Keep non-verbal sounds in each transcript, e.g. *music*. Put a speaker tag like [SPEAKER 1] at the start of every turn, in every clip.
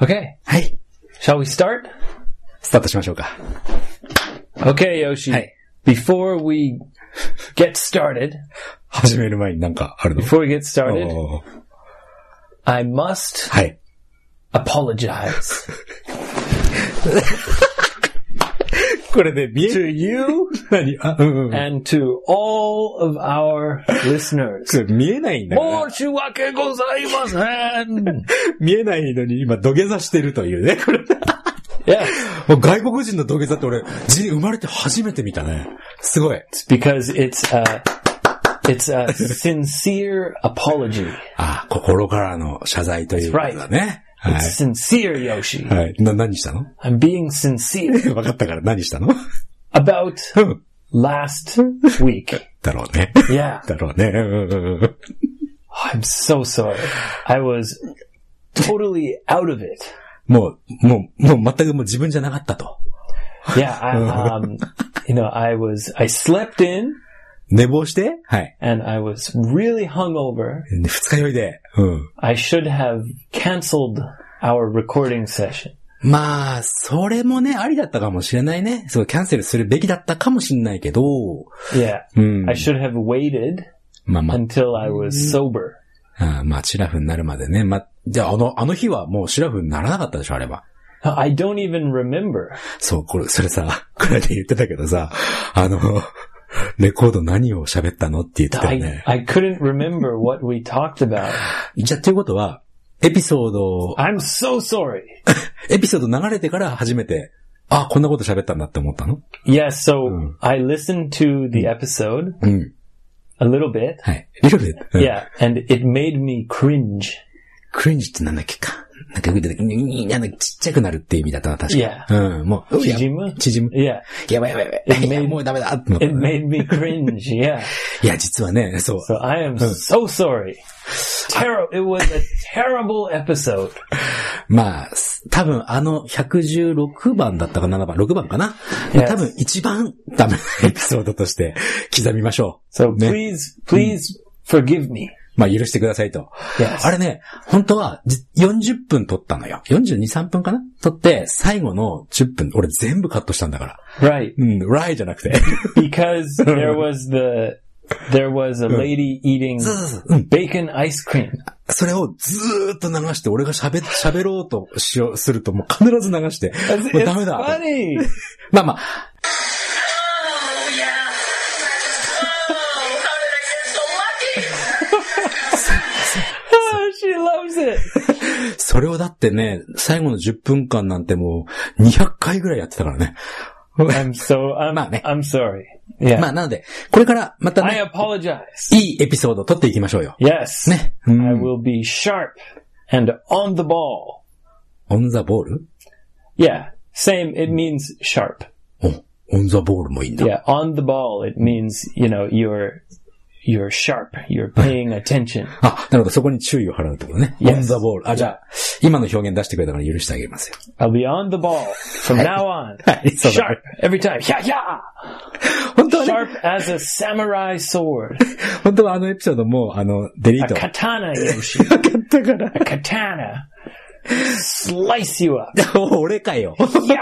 [SPEAKER 1] Okay.
[SPEAKER 2] はい。
[SPEAKER 1] Shall we start?
[SPEAKER 2] スタートしましょうか。
[SPEAKER 1] Okay, Yoshi.
[SPEAKER 2] Hey.
[SPEAKER 1] Before we get started,
[SPEAKER 2] 始める前になんかあるの
[SPEAKER 1] before we get started,
[SPEAKER 2] おー
[SPEAKER 1] I must
[SPEAKER 2] はい。
[SPEAKER 1] *laughs* apologize
[SPEAKER 2] これで見え
[SPEAKER 1] to you
[SPEAKER 2] 何あ、うんうん。
[SPEAKER 1] and to all of our listeners.
[SPEAKER 2] そう見えないんだよな。
[SPEAKER 1] 申し訳ございません。
[SPEAKER 2] 見えないのに今土下座してるというね。これ
[SPEAKER 1] yes,
[SPEAKER 2] もう外国人の土下座って俺、じ生まれて初めて見たね。すごい。
[SPEAKER 1] it's because it's a, it's *laughs* a sincere apology.
[SPEAKER 2] あ、心からの謝罪ということだね。は
[SPEAKER 1] It's sincere, Yoshi.
[SPEAKER 2] い。はい。な、何したの
[SPEAKER 1] I'm being sincere
[SPEAKER 2] 分かったから何したの *laughs*
[SPEAKER 1] about
[SPEAKER 2] うん。
[SPEAKER 1] last week.
[SPEAKER 2] だろうね。 *laughs*
[SPEAKER 1] Yeah.
[SPEAKER 2] だろうね。うんうんうん。
[SPEAKER 1] I'm so sorry. I was totally out of it.
[SPEAKER 2] もう、もう、もう全くもう自分じゃなかったと。
[SPEAKER 1] Yeah, I, um, you know, I was I slept in
[SPEAKER 2] 寝坊してはい。
[SPEAKER 1] and I was really hungover.
[SPEAKER 2] で二日酔いで。うん。
[SPEAKER 1] I should have canceled our recording session.
[SPEAKER 2] まあ、それもね、ありだったかもしれないね。そう、キャンセルするべきだったかもしれないけど、
[SPEAKER 1] Yeah,
[SPEAKER 2] うん。
[SPEAKER 1] I should have waited
[SPEAKER 2] まあま
[SPEAKER 1] until I was sober.
[SPEAKER 2] あ、まあ、チラフになるまでね。まあ、じゃあ、あの、あの日はもうチラフにならなかったでしょ、あれは。
[SPEAKER 1] I don't even remember.
[SPEAKER 2] そう、これ、それさ、 *laughs* これで言ってたけどさ、あの、レコード何を喋ったのって言ってたよ
[SPEAKER 1] I
[SPEAKER 2] ね。
[SPEAKER 1] I couldn't remember what we talked about.
[SPEAKER 2] じゃあ、ということは、エピソード、
[SPEAKER 1] I'm so sorry.
[SPEAKER 2] エピソード流れてから初めて、あ、こんなこと喋ったんだって思ったの
[SPEAKER 1] Yeah, so I listened to the episode
[SPEAKER 2] うん。
[SPEAKER 1] a little bit.
[SPEAKER 2] はい。リルベ。うん
[SPEAKER 1] Yeah, and it made me cringe.
[SPEAKER 2] クリンジってなんだっけか。なんか、なんだちっちゃくなるって意味だったな、確か。うん、もう、
[SPEAKER 1] 縮む
[SPEAKER 2] 縮む。
[SPEAKER 1] Yeah,
[SPEAKER 2] やばいやばいやばい。いや
[SPEAKER 1] made-
[SPEAKER 2] もうダメだって思った
[SPEAKER 1] it made me cringe. Yeah,
[SPEAKER 2] いや、実はね、そう。
[SPEAKER 1] so I am so sorry. Terri it was a terrible episode.
[SPEAKER 2] まあ、す多分あの116番だったか7番、6番かな。
[SPEAKER 1] Yes.
[SPEAKER 2] 多分一番ダメなエピソードとして刻みましょ
[SPEAKER 1] So
[SPEAKER 2] う。ね。
[SPEAKER 1] please, please forgive me.
[SPEAKER 2] まあ許してくださいと。
[SPEAKER 1] Yes.
[SPEAKER 2] あれね、本当はじ40分撮ったのよ。42、3分かな撮って、最後の10分、俺全部カットしたんだから。
[SPEAKER 1] Right,
[SPEAKER 2] うん、ライじゃなくて。
[SPEAKER 1] because there was the there was a lady eating
[SPEAKER 2] そうそうそう。うん。
[SPEAKER 1] bacon ice cream.
[SPEAKER 2] それをずーっと流して、俺が喋、喋ろうとしよう、するともう必ず流して、
[SPEAKER 1] It's,
[SPEAKER 2] もう
[SPEAKER 1] it's
[SPEAKER 2] ダメだ。
[SPEAKER 1] *laughs* funny.
[SPEAKER 2] まあまあ、
[SPEAKER 3] Oh, yeah. Oh, how did I get so lucky?
[SPEAKER 1] Oh, she loves it.
[SPEAKER 2] それをだってね、最後の10分間なんてもう200回ぐらいやってたからね。
[SPEAKER 1] I'm so I'm
[SPEAKER 2] Mate.
[SPEAKER 1] I'm sorry. Yeah,
[SPEAKER 2] まあなので、これからまた
[SPEAKER 1] I
[SPEAKER 2] ね、
[SPEAKER 1] apologize.
[SPEAKER 2] いいエピソードを撮っていきましょうよ。
[SPEAKER 1] Yes.
[SPEAKER 2] ね。う
[SPEAKER 1] I
[SPEAKER 2] ん。
[SPEAKER 1] will be sharp and on the ball.
[SPEAKER 2] オンザボール
[SPEAKER 1] Yeah, same. It means sharp.
[SPEAKER 2] オンザボールもいいんだ。
[SPEAKER 1] Yeah, on the ball. It means you know you're you're sharp. You're paying attention.
[SPEAKER 2] あ、なるほど。そこに注意を払うってことね。オ
[SPEAKER 1] Yes.
[SPEAKER 2] ンザボール。あ、じゃあ、今の表現出してくれたから許してあげますよ。
[SPEAKER 1] I'll be on the ball from now on.
[SPEAKER 2] はい、 *laughs* そうだ
[SPEAKER 1] Sharp every time. Yeah, yeah.
[SPEAKER 2] 本当はね、
[SPEAKER 1] Sharp as a samurai sword.
[SPEAKER 2] 本当はあのエピソードも、あの、デリ
[SPEAKER 1] A
[SPEAKER 2] ート。
[SPEAKER 1] katana, Yoshi.
[SPEAKER 2] だから。
[SPEAKER 1] A katana. Slice you
[SPEAKER 2] *laughs*
[SPEAKER 1] up.
[SPEAKER 2] 俺かよ。
[SPEAKER 1] Yeah.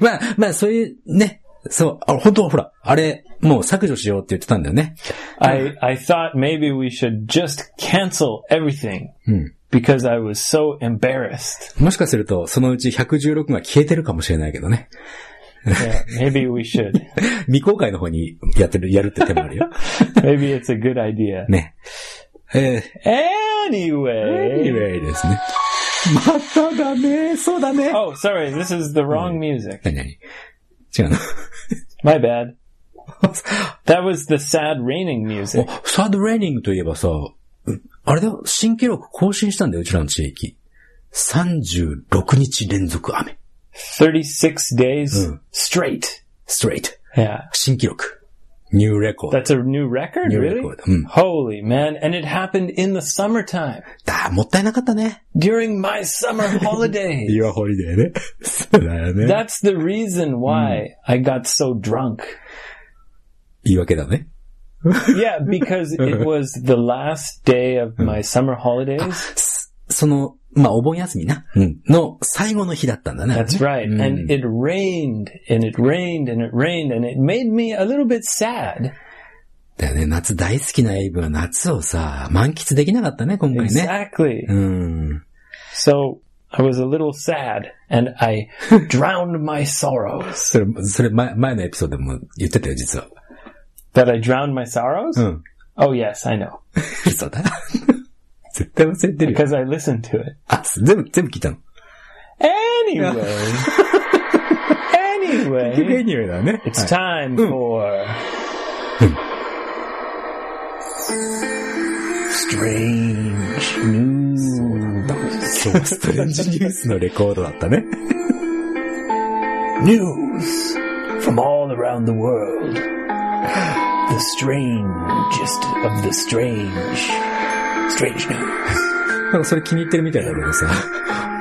[SPEAKER 2] まあ、まあ、そういう、ね。そう、あ、本当はほら、あれ、もう削除しようって言ってたんだよね。
[SPEAKER 1] I I thought maybe we should just cancel everything
[SPEAKER 2] Hmm.
[SPEAKER 1] because I was so
[SPEAKER 2] *laughs*
[SPEAKER 1] embarrassed.
[SPEAKER 2] もしかすると、そのうち116が消えてるかもしれないけどね。
[SPEAKER 1] Yeah, maybe we should.
[SPEAKER 2] 未公開の方にやってる、やるって手もあ *laughs* るよ。
[SPEAKER 1] Maybe it's a good idea.
[SPEAKER 2] ね。え
[SPEAKER 1] Anyway.
[SPEAKER 2] ー、anyway ですね。まただね、そうだね。
[SPEAKER 1] Oh, sorry. This is the wrong music.
[SPEAKER 2] 何何違うの。
[SPEAKER 1] My bad. *laughs* That was the sad raining music.
[SPEAKER 2] おサードレーニングといえばさ、うあれだよ、新記録更新したんだよ、うちらの地域。36日連続雨。
[SPEAKER 1] 36 days
[SPEAKER 2] Hmm.
[SPEAKER 1] straight.
[SPEAKER 2] ストレート。
[SPEAKER 1] Yeah.
[SPEAKER 2] 新記録。ニューレコード。
[SPEAKER 1] That's a new record,
[SPEAKER 2] New
[SPEAKER 1] really?
[SPEAKER 2] record, mm.
[SPEAKER 1] Holy man. And it happened in the summertime
[SPEAKER 2] だ、もったいなかったね。
[SPEAKER 1] during my
[SPEAKER 2] *laughs*
[SPEAKER 1] summer holidays.
[SPEAKER 2] 岩掘りだよね。そうだよね。
[SPEAKER 1] That's the reason why I got so drunk.
[SPEAKER 2] 言い訳だね。
[SPEAKER 1] *laughs* Hmm. Yeah, because it was the last day of my summer holidays.
[SPEAKER 2] その、まあ、お盆休みな、うん、の最後の日だったんだね。
[SPEAKER 1] That's right. Hmm.
[SPEAKER 2] Mm.
[SPEAKER 1] And it rained and it rained and it rained and it made me a little bit sad.
[SPEAKER 2] だよね、夏大好きなエイブは夏をさ、満喫できなかったね、今回ね。
[SPEAKER 1] Exactly.
[SPEAKER 2] うん。
[SPEAKER 1] So I was a little sad and I *laughs* drowned my sorrows.
[SPEAKER 2] それ、それ前、前のエピソードでも言ってたよ、実は。 *laughs*
[SPEAKER 1] That I drowned my sorrows?
[SPEAKER 2] うん。
[SPEAKER 1] Oh yes, I know.
[SPEAKER 2] 嘘だ。絶対忘れてるよ。
[SPEAKER 1] Because I listened to it.
[SPEAKER 2] あ、全部、全部聞いたの。
[SPEAKER 1] *laughs* Anyway. anyway.
[SPEAKER 2] ニューだね。
[SPEAKER 1] It's time for strange news.
[SPEAKER 2] 今日はストレン
[SPEAKER 1] *laughs*
[SPEAKER 2] ジニュースのレコードだったね。
[SPEAKER 1] News from all around the world. The strangest of the strange. Strange news.
[SPEAKER 2] なんかそれ気に入ってるみたいだけど *laughs* さ。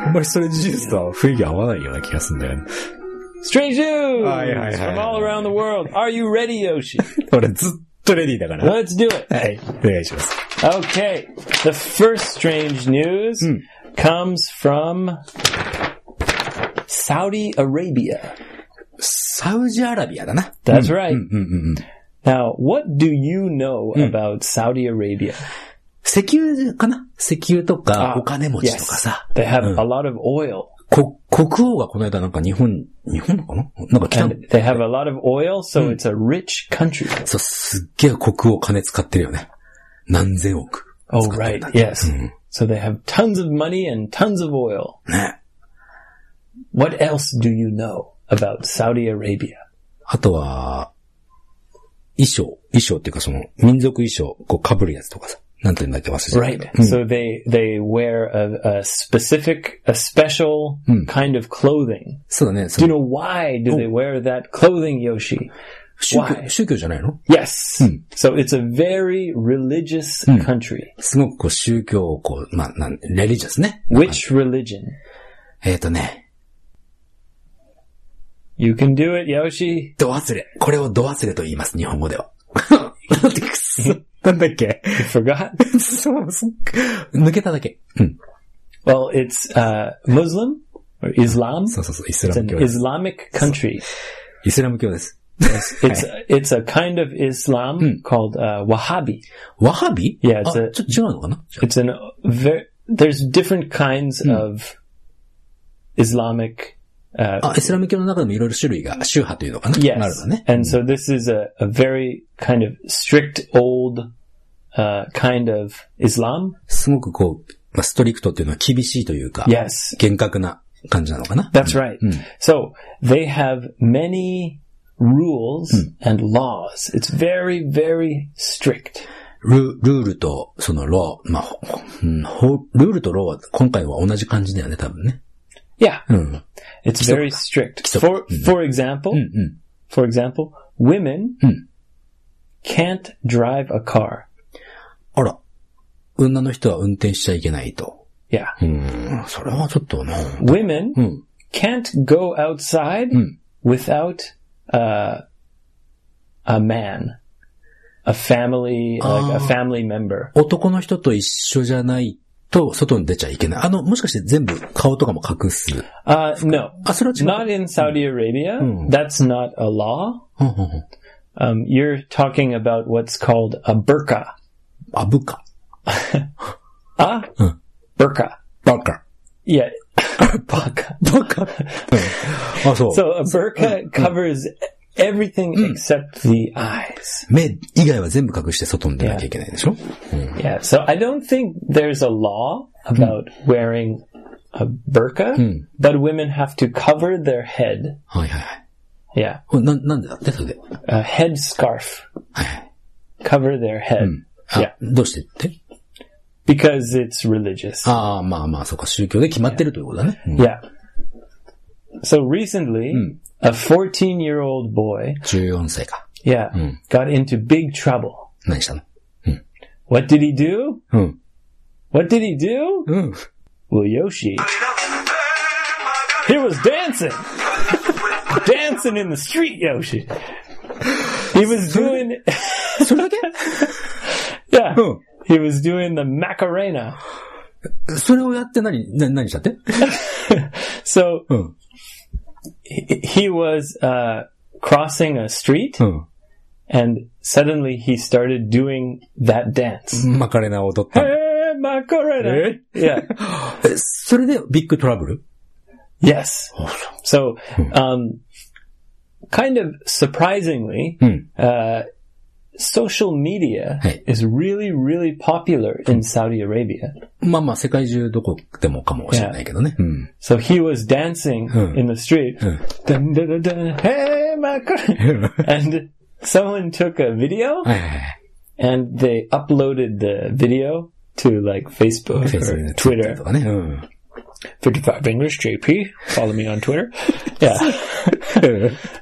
[SPEAKER 2] あんまりストレンジニュースとは雰囲気合わないような気がするんだよね。
[SPEAKER 1] Strange news
[SPEAKER 2] Aye, aye, aye,
[SPEAKER 1] from
[SPEAKER 2] aye,
[SPEAKER 1] all
[SPEAKER 2] aye.
[SPEAKER 1] around the world. Are you ready, Yoshi?
[SPEAKER 2] 俺ずっとレディーだから。
[SPEAKER 1] Let's do it.
[SPEAKER 2] はい。お願いします。
[SPEAKER 1] Okay. The first strange news comes from Saudi Arabia.
[SPEAKER 2] サウジアラビアだな。
[SPEAKER 1] That's right.
[SPEAKER 2] うんうんうん。
[SPEAKER 1] Now, what do you know about Saudi Arabia?
[SPEAKER 2] 石油かな石油とか
[SPEAKER 1] あ
[SPEAKER 2] お金持ちとかさ。
[SPEAKER 1] They have a lot of oil.
[SPEAKER 2] こ、国王がこの間なんか日本、日本のかななんか来たん
[SPEAKER 1] And Hmm. they have a lot of oil, so it's a rich country.
[SPEAKER 2] そう、すっげえ国王金使ってるよね。何千億。
[SPEAKER 1] Oh, right.
[SPEAKER 2] 使ってるんだ
[SPEAKER 1] Yes. So they have tons of money and tons of oil.
[SPEAKER 2] ね。
[SPEAKER 1] What else do you know about Saudi Arabia?
[SPEAKER 2] あとは、衣装。衣装っていうかその、民族衣装、こう被るやつとかさ。なんていうんだっけ忘れちゃったけ
[SPEAKER 1] Right.
[SPEAKER 2] ど。
[SPEAKER 1] Hmm. So they, they wear a, a specific, a special kind of clothing.
[SPEAKER 2] そうだね。そ
[SPEAKER 1] Do
[SPEAKER 2] の
[SPEAKER 1] you know why do they wear that clothing, Yoshi?
[SPEAKER 2] 宗
[SPEAKER 1] Why?
[SPEAKER 2] 教、宗教じゃないの
[SPEAKER 1] Yes. So it's a very religious country.
[SPEAKER 2] すごくこう宗教をこう、まあ、なん、レリジャスね。
[SPEAKER 1] Which religion?
[SPEAKER 2] えっ、とね、
[SPEAKER 1] You can do it, Yoshi.
[SPEAKER 2] ド忘れ。これをド忘れと言います、日本語
[SPEAKER 1] *laughs*
[SPEAKER 2] では。なんてくっそなんだっけ
[SPEAKER 1] You forgot?
[SPEAKER 2] *laughs* そう、すっ抜けただけ。うん。
[SPEAKER 1] Well, it's uh, Muslim or Islam.
[SPEAKER 2] そうそうそう、イス
[SPEAKER 1] It's
[SPEAKER 2] ラム
[SPEAKER 1] an
[SPEAKER 2] 教です。
[SPEAKER 1] Islamic country.
[SPEAKER 2] イスラム教です。
[SPEAKER 1] It's it's a kind of Islam called uh, Wahhabi.
[SPEAKER 2] ワハビ
[SPEAKER 1] Yeah, it's
[SPEAKER 2] あ
[SPEAKER 1] a-
[SPEAKER 2] ちょっと違うのかな
[SPEAKER 1] It's an very there's different kinds of Islamic. Uh,
[SPEAKER 2] あ、イスラム教の中でもいろいろ種類が、宗派というのかななる
[SPEAKER 1] yes,
[SPEAKER 2] のね。
[SPEAKER 1] and so this is a, a very kind of strict old uh, kind of Islam.
[SPEAKER 2] すごくこう、まあ、ストリクトっていうのは厳しいというか、
[SPEAKER 1] Yes,
[SPEAKER 2] 厳格な感じなのかな
[SPEAKER 1] That's right. So they have many rules and laws. It's very, very strict.
[SPEAKER 2] ルルールと、そのロー、まあ、ほうんほルールとローは今回は同じ感じだよね、多分ね。
[SPEAKER 1] Yeah,
[SPEAKER 2] うん。
[SPEAKER 1] it's very strict.
[SPEAKER 2] Kisoka.
[SPEAKER 1] For for example, for example, women can't drive a car.
[SPEAKER 2] あら、女の人は運転しちゃいけないと。
[SPEAKER 1] Yeah,
[SPEAKER 2] うん、それはちょっとな。
[SPEAKER 1] women
[SPEAKER 2] Hmm.
[SPEAKER 1] can't go outside without uh, a man, a family, like a family member.
[SPEAKER 2] 男の人と一緒じゃないと、外に出ちゃいけない。あの、もしかして全部顔とかも隠す。
[SPEAKER 1] Uh, no,
[SPEAKER 2] あ、それは違う。
[SPEAKER 1] not in Saudi Arabia. That's not a law.
[SPEAKER 2] うんうんうん
[SPEAKER 1] Um, you're talking about what's called a burqa.
[SPEAKER 2] あ、部下。
[SPEAKER 1] Ah, burqa.
[SPEAKER 2] バカ。
[SPEAKER 1] Yeah, burqa.
[SPEAKER 2] バカ。あ、そう。
[SPEAKER 1] So a burqa covers everything except the eyes.
[SPEAKER 2] 目以外は全部隠して外に出なきゃいけないでしょ、
[SPEAKER 1] Yeah. So I don't think there's a law about wearing a burqa, but women have to cover their head.
[SPEAKER 2] はいはいはい
[SPEAKER 1] Yeah,
[SPEAKER 2] これ。な、なんでだってそれで。
[SPEAKER 1] a head scarf. Cover their head
[SPEAKER 2] あ
[SPEAKER 1] Yeah.
[SPEAKER 2] どうしてって
[SPEAKER 1] because it's religious.
[SPEAKER 2] ああ、まあまあ、そうか、宗教で決まってるということだね。うん
[SPEAKER 1] Yeah. So recently, a 14 year old boy,
[SPEAKER 2] 14歳か。
[SPEAKER 1] yeah, got into big trouble.
[SPEAKER 2] 何したの
[SPEAKER 1] What did he do?
[SPEAKER 2] うん。
[SPEAKER 1] What did he do?
[SPEAKER 2] うん。
[SPEAKER 1] Well, Yoshi, he was dancing. *laughs* dancing in the street, Yoshi. He was doing,
[SPEAKER 2] *laughs*
[SPEAKER 1] *laughs*
[SPEAKER 2] それだけ
[SPEAKER 1] yeah,
[SPEAKER 2] うん。
[SPEAKER 1] he was doing the Macarena.
[SPEAKER 2] それをやって何、な何したって
[SPEAKER 1] So
[SPEAKER 2] うん。
[SPEAKER 1] he, he was uh, crossing a street,
[SPEAKER 2] う
[SPEAKER 1] and suddenly he started doing that dance.
[SPEAKER 2] ん。マカレナを踊った。
[SPEAKER 1] Hey, Macarena! Yeah.
[SPEAKER 2] えそれでビッグトラブル
[SPEAKER 1] Yes. So,
[SPEAKER 2] Hmm.
[SPEAKER 1] um, kind of surprisingly,
[SPEAKER 2] Hmm.
[SPEAKER 1] uh, social media
[SPEAKER 2] Hey.
[SPEAKER 1] is really, really popular
[SPEAKER 2] Hmm.
[SPEAKER 1] in Saudi Arabia.
[SPEAKER 2] まあまあ、世界中どこでもかもしれないけどね。うん。
[SPEAKER 1] So he was dancing
[SPEAKER 2] Hmm.
[SPEAKER 1] in the street.
[SPEAKER 2] Hmm.
[SPEAKER 1] Dun, dun, dun, dun, hey, Macarena. *laughs* and someone took a video
[SPEAKER 2] はいはいはい。
[SPEAKER 1] and they uploaded the video to like Facebook
[SPEAKER 2] フェイス
[SPEAKER 1] or
[SPEAKER 2] ツイッター
[SPEAKER 1] Twitter.
[SPEAKER 2] とかね。うん。
[SPEAKER 1] 55 English JP. Follow me on Twitter. *laughs*
[SPEAKER 2] *laughs*
[SPEAKER 1] Yeah.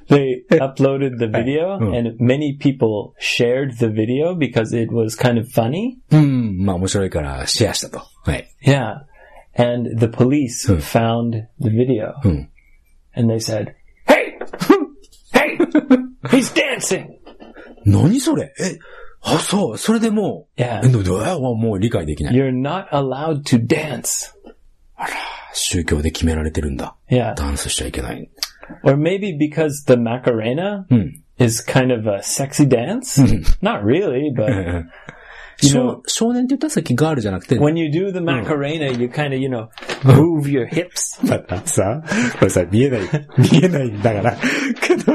[SPEAKER 1] they uploaded the video
[SPEAKER 2] Mm.
[SPEAKER 1] and many people shared the video because it was kind of funny.
[SPEAKER 2] うん。まあ面白いからシェアしたと。はい。
[SPEAKER 1] Yeah. And the police
[SPEAKER 2] Mm.
[SPEAKER 1] found the video
[SPEAKER 2] うん。
[SPEAKER 1] and they said, Hey! *laughs* hey! He's dancing!
[SPEAKER 2] 何それえ、あ、そう。それでもう、
[SPEAKER 1] Yeah.
[SPEAKER 2] えどどえもう理解できない。
[SPEAKER 1] You're not allowed to dance.
[SPEAKER 2] 宗教で決められてるんだ。
[SPEAKER 1] Yeah.
[SPEAKER 2] ダンスしちゃいけない。
[SPEAKER 1] Or maybe because the Macarena
[SPEAKER 2] Mm.
[SPEAKER 1] is kind of a sexy dance. Not really,
[SPEAKER 2] *laughs*
[SPEAKER 1] but
[SPEAKER 2] 少少年って言ったらさっきガールじゃなくて、
[SPEAKER 1] when you do the Macarena, you kind of, you know, move your hips.
[SPEAKER 2] またさ、これさ、見えない、見えないんだから。けど、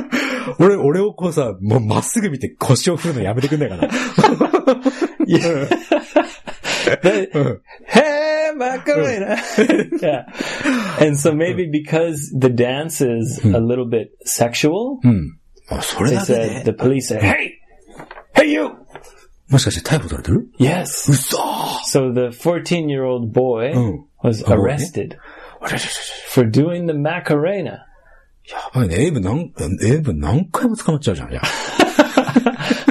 [SPEAKER 2] 俺、俺をこうさ、もうまっすぐ見て腰を振るのやめてくんないかな。
[SPEAKER 1] The- hey, Macarena! *laughs* yeah. And so maybe because the dance is a little bit sexual,
[SPEAKER 2] うん。あ、それ
[SPEAKER 1] they
[SPEAKER 2] だけ
[SPEAKER 1] said, Hmm. the
[SPEAKER 2] で、
[SPEAKER 1] police said, hey! Hey, you!
[SPEAKER 2] もしかして逮捕されてる
[SPEAKER 1] Yes.
[SPEAKER 2] うそー
[SPEAKER 1] So the 14 year old boy
[SPEAKER 2] Oh.
[SPEAKER 1] was
[SPEAKER 2] boy.
[SPEAKER 1] arrested
[SPEAKER 2] あれれれれ
[SPEAKER 1] for doing the Macarena.
[SPEAKER 2] やばいね。エイブ何、エイブ何回も捕まっちゃうじゃん。いや。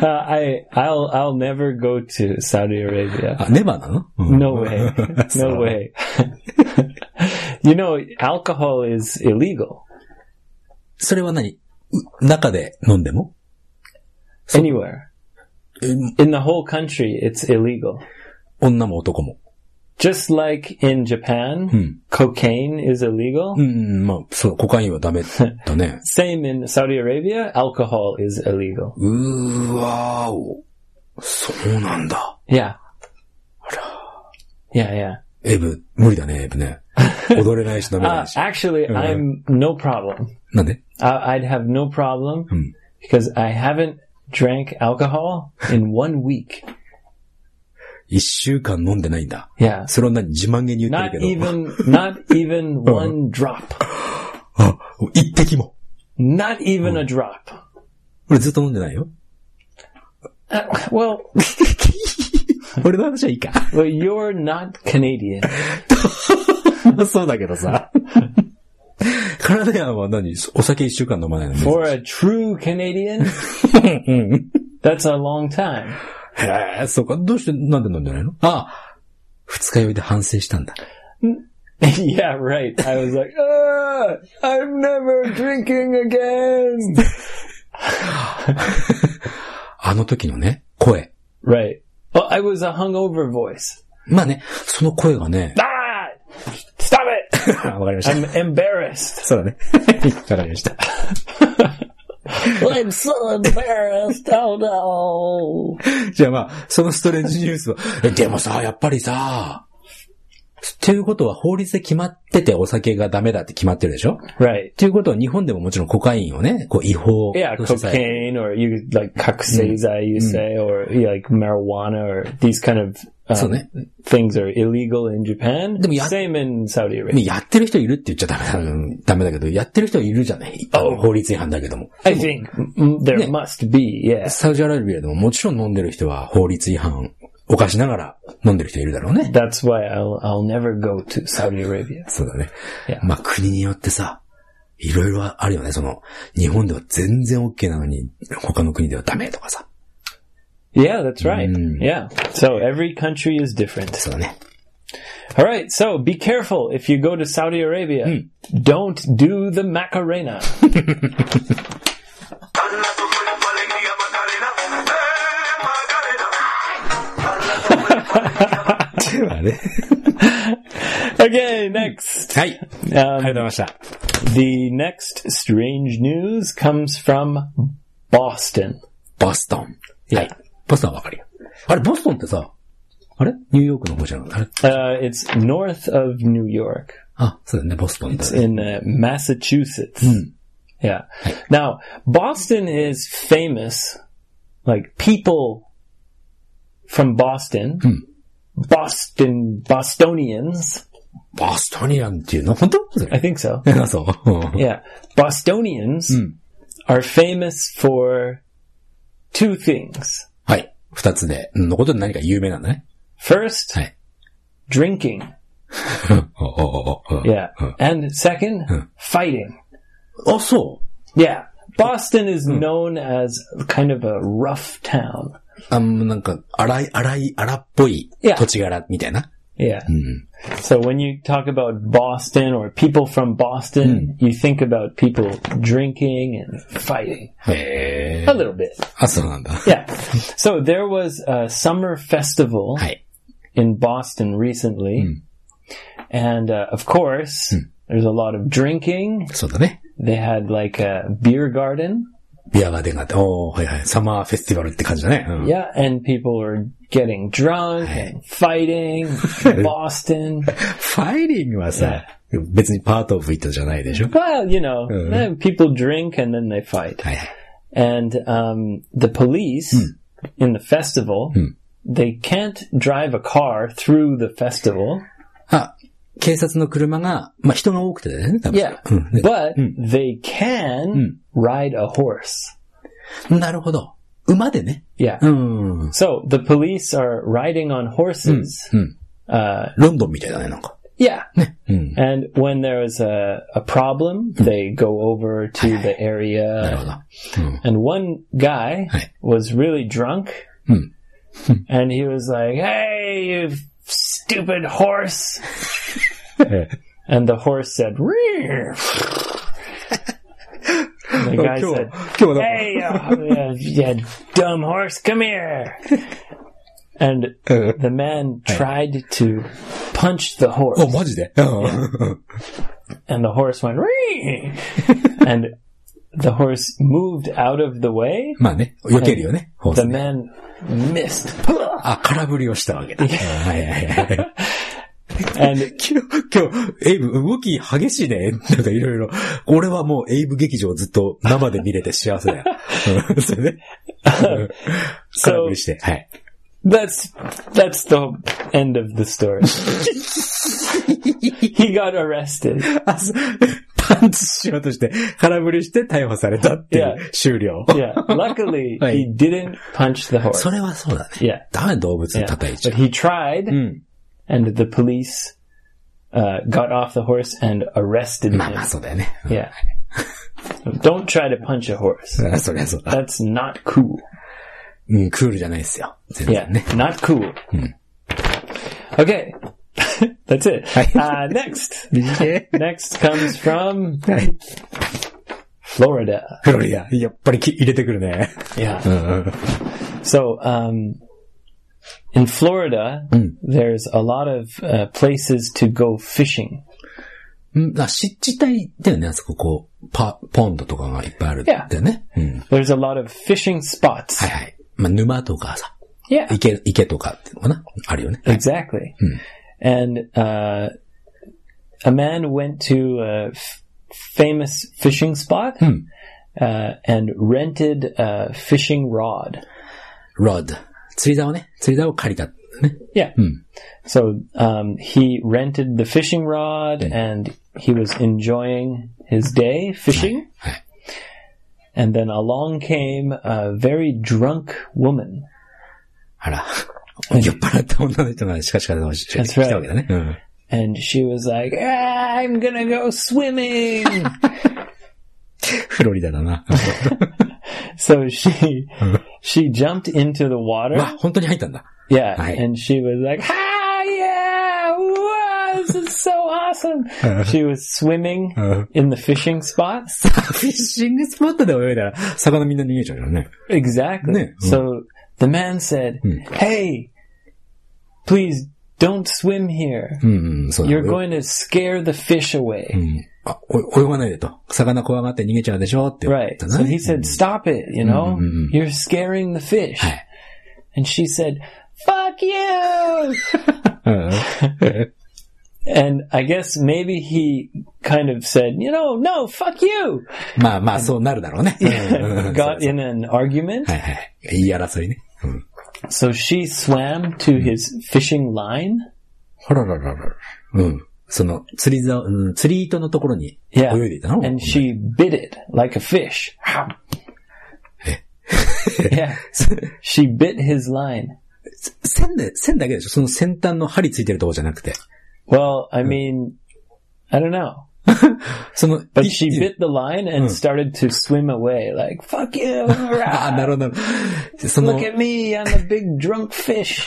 [SPEAKER 1] Uh, I, I'll, I'll never go to Saudi Arabia.
[SPEAKER 2] あ、ネバーなの、うん
[SPEAKER 1] No *laughs* way. No
[SPEAKER 2] そう
[SPEAKER 1] way. you know, alcohol is illegal
[SPEAKER 2] それは何う中で飲んでも
[SPEAKER 1] anywhere.
[SPEAKER 2] え
[SPEAKER 1] In the whole country, it's illegal.
[SPEAKER 2] 女も男も。
[SPEAKER 1] Just like in Japan,
[SPEAKER 2] Hmm.
[SPEAKER 1] cocaine is illegal.
[SPEAKER 2] うん、まあ、そう、コカインはダメだね。
[SPEAKER 1] Same in Saudi Arabia, alcohol is illegal.
[SPEAKER 2] うーわーお。そうなんだ。
[SPEAKER 1] Yeah. Yeah, yeah.
[SPEAKER 2] エイブ、無理だね、エイブね。踊れないし、ダメ
[SPEAKER 1] Uh,
[SPEAKER 2] *laughs* だし。
[SPEAKER 1] actually, I'm no problem.
[SPEAKER 2] なんで
[SPEAKER 1] I- I'd have no problem because I haven't drank alcohol in one week.
[SPEAKER 2] 一週間飲んでないんだ。
[SPEAKER 1] Yeah.
[SPEAKER 2] それは何自慢げに言って
[SPEAKER 1] Not
[SPEAKER 2] るけど。
[SPEAKER 1] even, not even one drop.
[SPEAKER 2] あ、一滴も。
[SPEAKER 1] Not even a drop.
[SPEAKER 2] 俺ずっと飲んでないよ。
[SPEAKER 1] Uh, well,
[SPEAKER 2] *laughs* 俺の話はいいか。 *laughs*
[SPEAKER 1] well, you're not Canadian.
[SPEAKER 2] まあそうだけどさ。 *laughs* カナダアンは何お酒一週間飲まないの
[SPEAKER 1] For a true *laughs* Canadian, that's a long time. *laughs*
[SPEAKER 2] へえ、そうか。どうして、なんで飲んでないのあ、二日酔いで反省したんだ。
[SPEAKER 1] yeah, right. I was like, ah, I'm never drinking again.
[SPEAKER 2] あの時のね、声。
[SPEAKER 1] Right. Well, I was a hungover voice.。
[SPEAKER 2] まあね、その声がね
[SPEAKER 1] Ah,
[SPEAKER 2] *laughs*
[SPEAKER 1] stop it.
[SPEAKER 2] わかりまし
[SPEAKER 1] I'm *laughs* embarrassed.
[SPEAKER 2] そうだね。 *laughs* わかりました。
[SPEAKER 1] I'm so embarrassed. Oh no.
[SPEAKER 2] じゃあまあ、そのストレンジニュースは、えでもさ、やっぱりさ、っていうことは法律で決まっててお酒がダメだって決まってるでしょっ
[SPEAKER 1] Right.
[SPEAKER 2] ていうことは日本でももちろんコカインをね、こう違法
[SPEAKER 1] Yeah,
[SPEAKER 2] としてさ
[SPEAKER 1] cocaine or you like kakuseiza, you say, or you like marijuana or these kind of
[SPEAKER 2] So
[SPEAKER 1] um,
[SPEAKER 2] ne-
[SPEAKER 1] things are illegal in Japan.
[SPEAKER 2] でもや-
[SPEAKER 1] Same in Saudi
[SPEAKER 2] ね
[SPEAKER 1] Arabia.
[SPEAKER 2] やってる人いるって言っちゃダメだうん、ダメだけど、やってる人いるじゃないあの法律違反だけども。
[SPEAKER 1] I think mm, there must be, yes.
[SPEAKER 2] サウジアラビアでももちろん飲んでる人は法律違反、犯しながら飲んでる人いるだろうね。
[SPEAKER 1] That's why I'll, I'll never go to Saudi Arabia.
[SPEAKER 2] そうだね
[SPEAKER 1] いや。
[SPEAKER 2] まあ国によってさ、いろいろあるよね。その、日本では全然 OK なのに、他の国ではダメとかさ。
[SPEAKER 1] Yeah, that's right.
[SPEAKER 2] Mm.
[SPEAKER 1] Yeah. So every country is different.
[SPEAKER 2] そうだ *laughs* ね。
[SPEAKER 1] All right. So be careful if you go to Saudi Arabia. Don't do the Macarena.
[SPEAKER 3] Anda tu cuerpo alegría Macarena, eh Macarena. Anda tu cuerpo alegría Macarena,
[SPEAKER 2] あれ
[SPEAKER 1] Okay, next.
[SPEAKER 2] はい。ありがと
[SPEAKER 1] Um,
[SPEAKER 2] うございました。
[SPEAKER 1] the next strange news comes from Boston.
[SPEAKER 2] ボストン。
[SPEAKER 1] Yeah.
[SPEAKER 2] ボストンはわかるよ。あれ、ボストンってさ、あれニューヨークの方じゃん。あれ
[SPEAKER 1] Uh, it's north of New York
[SPEAKER 2] あ、そうだね、ボストンだ。
[SPEAKER 1] in uh, Massachusetts. Yeah. Now, Boston is famous. Like people from Boston, Boston, Bostonians.
[SPEAKER 2] ボストニアンっていうの本当そ
[SPEAKER 1] I
[SPEAKER 2] れ。
[SPEAKER 1] think so.
[SPEAKER 2] あ、そう。うん
[SPEAKER 1] Yeah. Bostonians
[SPEAKER 2] Mm.
[SPEAKER 1] are famous for two things.
[SPEAKER 2] *laughs* はい。二つで、うんのことで何か有名なんだね。
[SPEAKER 1] First,
[SPEAKER 2] はい。
[SPEAKER 1] drinking.
[SPEAKER 2] おおおお
[SPEAKER 1] Yeah.
[SPEAKER 2] うん
[SPEAKER 1] And second, fighting.
[SPEAKER 2] あ、そう。
[SPEAKER 1] Yeah. Boston is known as kind of a rough town.
[SPEAKER 2] あんなんか、荒い、荒い、荒っぽい
[SPEAKER 1] いや
[SPEAKER 2] 土地柄みたいな。
[SPEAKER 1] Yeah.
[SPEAKER 2] うん。
[SPEAKER 1] So when you talk about Boston or people from Boston, you think about people drinking and fighting.
[SPEAKER 2] へえ
[SPEAKER 1] A。little bit.
[SPEAKER 2] あ、そうなんだ。
[SPEAKER 1] Yeah. So there was a summer festival
[SPEAKER 2] はい。
[SPEAKER 1] in Boston recently. And uh, of course, there's a lot of drinking.
[SPEAKER 2] そうだね。
[SPEAKER 1] They had like a beer garden.
[SPEAKER 2] ビアガーデンがあって、おおはいはい。サマーフェスティバルって感じだね。うん
[SPEAKER 1] Yeah. And people were getting drunk and fighting. Boston.
[SPEAKER 2] ファイリングはさ、別にパートオブイットじゃないでしょ。
[SPEAKER 1] Well, you know,
[SPEAKER 2] Mhm.
[SPEAKER 1] eh, people drink and then they fight.
[SPEAKER 2] はいはい。
[SPEAKER 1] And um, the police in the festival, they can't drive a car through the festival.
[SPEAKER 2] あ、警察の車が、まあ、人が多くてね、多分
[SPEAKER 1] Yeah.
[SPEAKER 2] うんで
[SPEAKER 1] But they can ride a horse.
[SPEAKER 2] なるほど。馬でね。
[SPEAKER 1] Yeah.
[SPEAKER 2] うん。うん。
[SPEAKER 1] So the police are riding on horses. Uh,
[SPEAKER 2] ロンドンみたいだね、なんか。
[SPEAKER 1] yeah.
[SPEAKER 2] うん。
[SPEAKER 1] *laughs* And when there is a, a problem, they go over to the
[SPEAKER 2] なるほ
[SPEAKER 1] area.
[SPEAKER 2] ど。うん。
[SPEAKER 1] And one guy
[SPEAKER 2] Hey.
[SPEAKER 1] was really drunk.
[SPEAKER 2] Hmm.
[SPEAKER 1] and he was like, hey, you stupid horse. And the horse said, "Rear."
[SPEAKER 2] *laughs*
[SPEAKER 1] And
[SPEAKER 2] Oh,
[SPEAKER 1] the guy said,
[SPEAKER 2] *laughs* 今日だ
[SPEAKER 1] "Hey, you, you, you dumb horse, come here!" And the man tried to punch the
[SPEAKER 2] お、
[SPEAKER 1] horse,
[SPEAKER 2] マジでうん。
[SPEAKER 1] and the horse went "Rear," and the horse moved out of the way.
[SPEAKER 2] まあね、避けるよね、ホー
[SPEAKER 1] The
[SPEAKER 2] スね。
[SPEAKER 1] man missed,
[SPEAKER 2] あ、空振りをしたわけだ。うんはいはいはい。
[SPEAKER 1] and
[SPEAKER 2] 今日、今日、エイブ、動き激しいね。なんかいろいろ。俺はもうエイブ劇場ずっと生で見れて幸せだよ。うんそれね。
[SPEAKER 1] *laughs*
[SPEAKER 2] うん空振
[SPEAKER 1] so
[SPEAKER 2] りして。はい。
[SPEAKER 1] that's that's the end of the story. he got arrested.
[SPEAKER 2] あそうパンチしようとして、空振りして逮捕されたってい
[SPEAKER 1] いうや
[SPEAKER 2] 終了。 *laughs*
[SPEAKER 1] Yeah. Luckily,
[SPEAKER 2] Right.
[SPEAKER 1] he didn't punch the horse.
[SPEAKER 2] それはそうだね。
[SPEAKER 1] Yeah.
[SPEAKER 2] ダメ動物
[SPEAKER 1] yeah.
[SPEAKER 2] の叩いち
[SPEAKER 1] But
[SPEAKER 2] ゃ
[SPEAKER 1] he tried,
[SPEAKER 2] う。うん。
[SPEAKER 1] and the police uh, got off the horse and arrested
[SPEAKER 2] まあ
[SPEAKER 1] him.
[SPEAKER 2] まあそうだよね。
[SPEAKER 1] Yeah. Don't try to punch a horse.
[SPEAKER 2] うんそりゃそうだ。
[SPEAKER 1] That's not cool.
[SPEAKER 2] うん、クールじゃないですよ。全 *laughs*
[SPEAKER 1] Yeah.
[SPEAKER 2] 然ね。
[SPEAKER 1] Not cool. Okay. *laughs* That's it. Uh, next.
[SPEAKER 2] え
[SPEAKER 1] Next comes from
[SPEAKER 2] はい。
[SPEAKER 1] Florida.
[SPEAKER 2] フロリダ。やっぱりき入れてくるね。
[SPEAKER 1] Yeah.
[SPEAKER 2] うんうん。
[SPEAKER 1] *laughs* So, um, in Florida, there's a lot of uh, places to go fishing.
[SPEAKER 2] うんあ、湿地帯だよね、あそこ、こう、パ、ポンドとかがいっぱいあるんだよね。うん。は
[SPEAKER 1] There's a lot of fishing spots.
[SPEAKER 2] いはい。まあ、沼とかさ、
[SPEAKER 1] Yeah,
[SPEAKER 2] 池、池とかっていうのかなあるよね。
[SPEAKER 1] exactly. And uh, a man went to a f- famous fishing spot uh, and rented a fishing rod.
[SPEAKER 2] ロード。釣り竿ね。釣り竿を借りたんだよね。
[SPEAKER 1] Yeah. So um, he rented the fishing rod and he was enjoying his day fishing.
[SPEAKER 2] Right.
[SPEAKER 1] And then along came a very drunk woman.
[SPEAKER 2] あら。酔っ払った女の人がしかしかとしてき
[SPEAKER 1] That's right.
[SPEAKER 2] たわけだね。うん。
[SPEAKER 1] And she was like, ah, I'm gonna go
[SPEAKER 2] *laughs*
[SPEAKER 1] swimming.
[SPEAKER 2] フロリダ
[SPEAKER 1] *laughs*
[SPEAKER 2] だな。
[SPEAKER 1] so
[SPEAKER 2] *laughs*
[SPEAKER 1] she, she jumped into the
[SPEAKER 2] わ
[SPEAKER 1] water.
[SPEAKER 2] 本当に入ったんだ。
[SPEAKER 1] Yeah.
[SPEAKER 2] Right.
[SPEAKER 1] And she was like, ah, yeah, wow, this is so awesome.
[SPEAKER 2] Uh-huh.
[SPEAKER 1] she was swimming
[SPEAKER 2] Uh.
[SPEAKER 1] in the fishing spot.
[SPEAKER 2] フィッシングスポットで泳いだら、魚みんな逃げちゃうからね。
[SPEAKER 1] Exactly.
[SPEAKER 2] Yeah.
[SPEAKER 1] So the man said, Hey, please don't swim here.
[SPEAKER 2] うん、うん、そうだ
[SPEAKER 1] You're
[SPEAKER 2] よ。
[SPEAKER 1] going to scare the fish
[SPEAKER 2] う
[SPEAKER 1] away.
[SPEAKER 2] ん。あ、お泳がないでと。魚怖がって逃げちゃうでしょって言われ
[SPEAKER 1] Right.
[SPEAKER 2] たな
[SPEAKER 1] So he said, stop it, you know?
[SPEAKER 2] Mm-mm-mm.
[SPEAKER 1] You're scaring the fish.
[SPEAKER 2] Hi.
[SPEAKER 1] And she said, fuck you!
[SPEAKER 2] うん。
[SPEAKER 1] And I guess maybe he kind of said, you know, no, fuck you!
[SPEAKER 2] *laughs* まあまあ、そうなるだろうね。うん
[SPEAKER 1] Got in an argument.
[SPEAKER 2] はいはい。言い争いね。うん。
[SPEAKER 1] So she swam to his fishing line.
[SPEAKER 2] ほらららら。うん。その、釣りざ、うん、釣り糸のところに
[SPEAKER 1] Yeah.
[SPEAKER 2] 泳いでいたの
[SPEAKER 1] And she bit it like a fish. yeah. She bit his line.
[SPEAKER 2] 線で、線だけでしょその先端の針ついてるとこじゃなくて。
[SPEAKER 1] Well, I mean, I don't know.
[SPEAKER 2] その、
[SPEAKER 1] But
[SPEAKER 2] 一
[SPEAKER 1] she
[SPEAKER 2] 気に
[SPEAKER 1] bit the line and started to swim away, like, fuck you! rah,
[SPEAKER 2] ああ、なるほどなるほど。その
[SPEAKER 1] Look、at me, I'm a big drunk fish.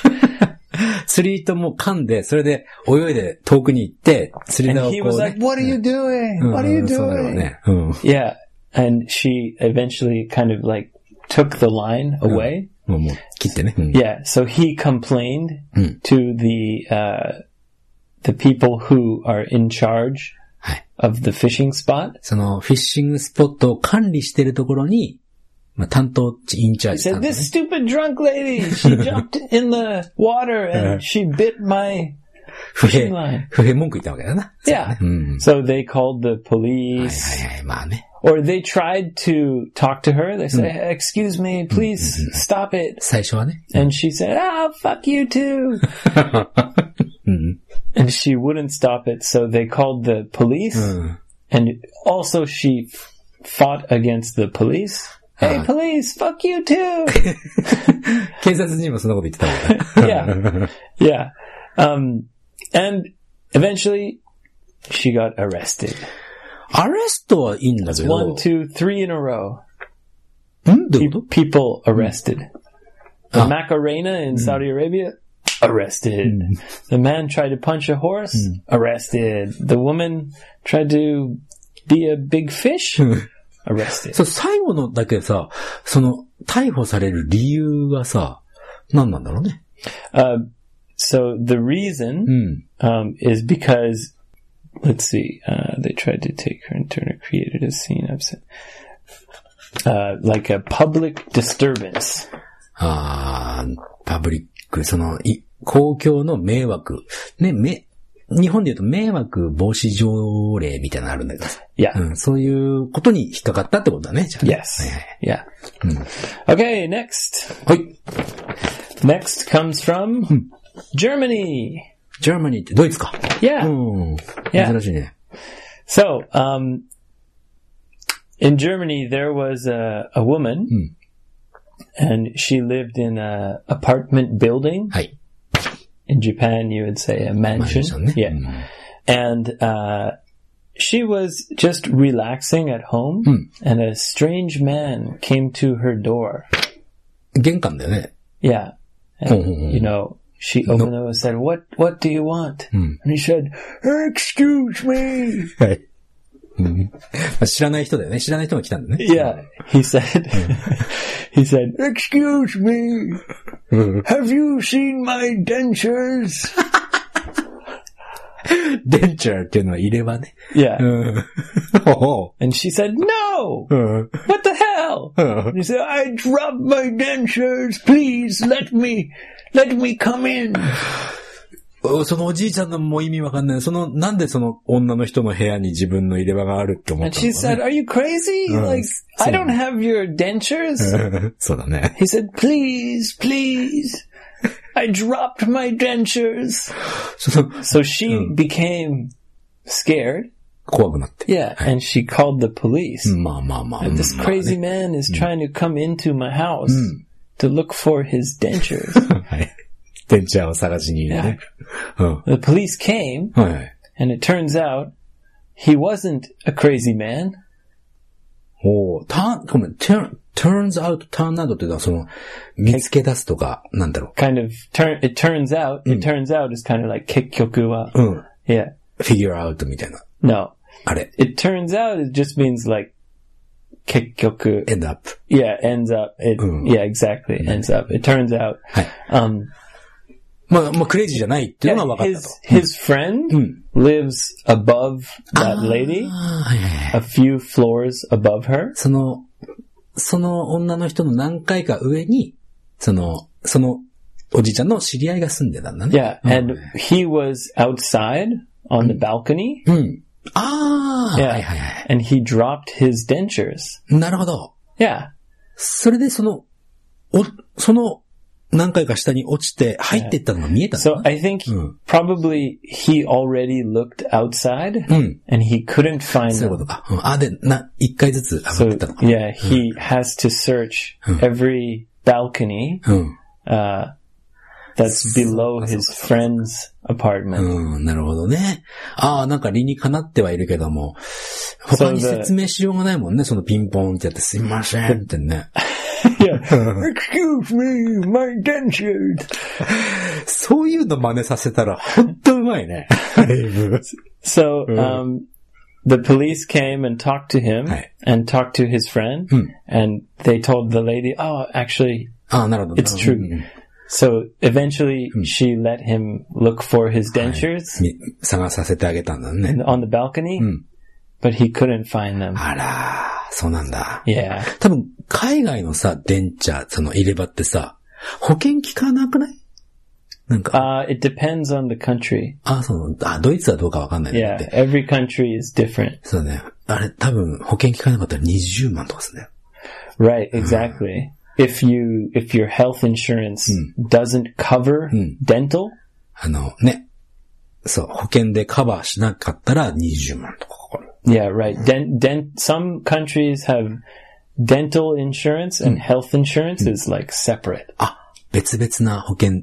[SPEAKER 2] 釣り糸も噛んで、それで泳いで遠くに行って、釣り
[SPEAKER 1] And
[SPEAKER 2] 竿を
[SPEAKER 1] he was
[SPEAKER 2] こう、
[SPEAKER 1] like,
[SPEAKER 2] ね。
[SPEAKER 1] what are you doing?
[SPEAKER 2] うん
[SPEAKER 1] What are you
[SPEAKER 2] そうだろう
[SPEAKER 1] doing?
[SPEAKER 2] ね。うん。も
[SPEAKER 1] Yeah. And she eventually kind of like took the line away.
[SPEAKER 2] う、もう、切ってね。うん
[SPEAKER 1] Yeah. So he complained
[SPEAKER 2] Mm.
[SPEAKER 1] to the, uh, the people who are in charge
[SPEAKER 2] Hi.
[SPEAKER 1] of the fishing spot.
[SPEAKER 2] その、フィッシングスポットを管理してるところに、まあ、担当、インチャー
[SPEAKER 1] He
[SPEAKER 2] ジ。
[SPEAKER 1] said,
[SPEAKER 2] 担当ね
[SPEAKER 1] this stupid drunk lady, she jumped in the water
[SPEAKER 2] Yeah.
[SPEAKER 1] and she bit my
[SPEAKER 2] 不
[SPEAKER 1] fishing
[SPEAKER 2] 平
[SPEAKER 1] line.、
[SPEAKER 2] 不平文句言ったわけだな。
[SPEAKER 1] Yeah.
[SPEAKER 2] うん。
[SPEAKER 1] So they called the
[SPEAKER 2] はい
[SPEAKER 1] police
[SPEAKER 2] はいはい、まあね。
[SPEAKER 1] or they tried to talk to her. They said, excuse me, please stop it.
[SPEAKER 2] 最初はね。
[SPEAKER 1] And she said, ah, fuck you too. And she wouldn't stop it. So they called the police.
[SPEAKER 2] うん。
[SPEAKER 1] And also she f- fought against the police. Hey,
[SPEAKER 2] Ah.
[SPEAKER 1] police, fuck you too.
[SPEAKER 2] 警察にもそんなこと言ってたもんね。
[SPEAKER 1] yeah. Yeah. Um, and eventually she got arrested.
[SPEAKER 2] *laughs* アレストはいいんだけど。
[SPEAKER 1] One, two, three in a row.
[SPEAKER 2] んどういう
[SPEAKER 1] Pe-
[SPEAKER 2] こと
[SPEAKER 1] people arrested. The
[SPEAKER 2] Ah.
[SPEAKER 1] Macarena in Saudi Arabia arrested. The man tried to punch a horse, arrested. The woman tried to be a big fish, arrested.
[SPEAKER 2] そう、最後のだけさ、その、逮捕される理由がさ、何なんだろうね。
[SPEAKER 1] Uh, so the reason
[SPEAKER 2] うん。
[SPEAKER 1] um, is because let's see, uh, they tried to take her and Turner created a scene upset, uh, like a public disturbance.
[SPEAKER 2] あーパブリック、その、い公共の迷惑。ね、め、日本で言うと迷惑防止条例みたいなのあるんだけどさ。
[SPEAKER 1] Yeah.
[SPEAKER 2] うん、そういうことに引っかかったってことだね、じゃあね。
[SPEAKER 1] Yes. Yeah. Okay. Next.
[SPEAKER 2] はいはい。はい。
[SPEAKER 1] Next comes from Germany.
[SPEAKER 2] ジャーマニーってドイツか。
[SPEAKER 1] Yeah.
[SPEAKER 2] うん。
[SPEAKER 1] Yeah.
[SPEAKER 2] 珍しいね。
[SPEAKER 1] So, um, in Germany, there was a, a woman, and she lived in a apartment building.
[SPEAKER 2] はい。
[SPEAKER 1] In Japan, you would say a mansion.
[SPEAKER 2] さんね。
[SPEAKER 1] Yeah.
[SPEAKER 2] うん
[SPEAKER 1] and uh, she was just relaxing at home, and a strange man came to her door.
[SPEAKER 2] 玄関だよね。
[SPEAKER 1] Yeah,
[SPEAKER 2] Oh, oh, oh.
[SPEAKER 1] and, you know, she opened the door and said, "What? What do you want?" And he said, "Excuse me."
[SPEAKER 2] はい。うんまあ知らない人だよね。知らない人が来たんだね。
[SPEAKER 1] Yeah, he said. *laughs* he said, "Excuse me.
[SPEAKER 2] うん。
[SPEAKER 1] Have you seen my dentures?"
[SPEAKER 2] デンチャーっていうのは入れ歯ね。
[SPEAKER 1] Yeah,
[SPEAKER 2] ん。ほ
[SPEAKER 1] and she said, "No.
[SPEAKER 2] う。うん。
[SPEAKER 1] What the hell?" And he said, I dropped my dentures. Please let me, let me come in.
[SPEAKER 2] そのおじいちゃんのも意味わかんない。その、なんでその女の人の部屋に自分の入れ歯があるって思っ
[SPEAKER 1] And
[SPEAKER 2] たの
[SPEAKER 1] she
[SPEAKER 2] か
[SPEAKER 1] said, are you crazy? Like, I don't have your dentures.
[SPEAKER 2] ね。そうだね。
[SPEAKER 1] He said, please, please. I dropped my dentures.
[SPEAKER 2] その、
[SPEAKER 1] So she became scared.
[SPEAKER 2] 怖くなって。
[SPEAKER 1] Yeah. And she called the police.
[SPEAKER 2] まあまあまあ。
[SPEAKER 1] This
[SPEAKER 2] まあ
[SPEAKER 1] crazy man is trying to come into my house to look for his dentures. *laughs*
[SPEAKER 2] はい。デンチャーを探しにね。うん。
[SPEAKER 1] the police came.
[SPEAKER 2] はいはい。
[SPEAKER 1] And it turns out he wasn't a crazy man.
[SPEAKER 2] おー、ターン、ごめん、turn, turns out, turn out っていうのはその、見つけ出すとか、なんだろ
[SPEAKER 1] Kind of turn. It turns out. It turns out is kind of like kekyoku wa.
[SPEAKER 2] う。うん。
[SPEAKER 1] Yeah.
[SPEAKER 2] figure out みたいな。
[SPEAKER 1] No.
[SPEAKER 2] あれ。
[SPEAKER 1] It turns out it just means like kekyoku.
[SPEAKER 2] end up.
[SPEAKER 1] Yeah. Ends up. It.
[SPEAKER 2] Mm.
[SPEAKER 1] Yeah. Exactly. Ends up. It turns out.
[SPEAKER 2] Hi.
[SPEAKER 1] Um.
[SPEAKER 2] まあ、まあ、クレイジーじゃないっていうのは分かった
[SPEAKER 1] his
[SPEAKER 2] と。
[SPEAKER 1] his friend
[SPEAKER 2] Mm.
[SPEAKER 1] lives above that lady,
[SPEAKER 2] ああはいはいはい
[SPEAKER 1] a few floors above her.
[SPEAKER 2] その、その女の人の何回か上に、その、その、おじいちゃんの知り合いが住んでたんだね。
[SPEAKER 1] Yeah, and he was outside on the balcony
[SPEAKER 2] うん。ああ、
[SPEAKER 1] Yeah.
[SPEAKER 2] はいはいは
[SPEAKER 1] and he dropped his dentures.
[SPEAKER 2] い。なるほど。
[SPEAKER 1] Yeah.
[SPEAKER 2] それでその、お、その、何回か下に落ちて入っていったのが見えたの
[SPEAKER 1] So
[SPEAKER 2] か
[SPEAKER 1] I think
[SPEAKER 2] Mm.
[SPEAKER 1] probably he already looked outside
[SPEAKER 2] なうん。
[SPEAKER 1] and he couldn't find
[SPEAKER 2] そうい
[SPEAKER 1] them.
[SPEAKER 2] うことか。うんあ、で、な、一回ずつ上がってっ
[SPEAKER 1] So
[SPEAKER 2] たのか。
[SPEAKER 1] yeah, he has to search every balcony
[SPEAKER 2] うん。
[SPEAKER 1] uh, that's below his friend's apartment.
[SPEAKER 2] うん、なるほどね。ああ、なんか理にかなってはいるけども、他に説明しようがないもんね、そのピンポンってやってすいませんってね。
[SPEAKER 1] *laughs* Yeah. Excuse me, my dentures.
[SPEAKER 2] *laughs* そういうの真似させたら、ほんとうまいね。
[SPEAKER 1] So um, the police came and talked to him
[SPEAKER 2] Hey.
[SPEAKER 1] and talked to his friend,
[SPEAKER 2] Hmm.
[SPEAKER 1] and they told the lady, "Oh, actually."
[SPEAKER 2] ああ、なるほど。
[SPEAKER 1] It's true.
[SPEAKER 2] うん
[SPEAKER 1] So eventually, she let him look for his dentures
[SPEAKER 2] み探させてあげたんだね。
[SPEAKER 1] on the balcony,
[SPEAKER 2] Hmm.
[SPEAKER 1] but he couldn't find them.
[SPEAKER 2] あらー、そうなんだ。
[SPEAKER 1] Yeah,
[SPEAKER 2] 多分、海外のさ、電車、その入れ歯ってさ、保険効かなくないなんか、
[SPEAKER 1] uh, it depends on the country.
[SPEAKER 2] あ、その、あ、ドイツはどうかわかんないん
[SPEAKER 1] Yeah,
[SPEAKER 2] だって。
[SPEAKER 1] every country is different.
[SPEAKER 2] そうね。あれ、多分、保険効かなかったら20万とかすね。
[SPEAKER 1] Right, exactly. If you if your health insurance doesn't cover
[SPEAKER 2] Hmm.
[SPEAKER 1] dental,
[SPEAKER 2] あの、ね。そう、保険でカバーしなかったら20万とかかかる。
[SPEAKER 1] yeah, right. Dent, dent. Some countries have dental insurance and health insurance is like separate,
[SPEAKER 2] あ、別々な保険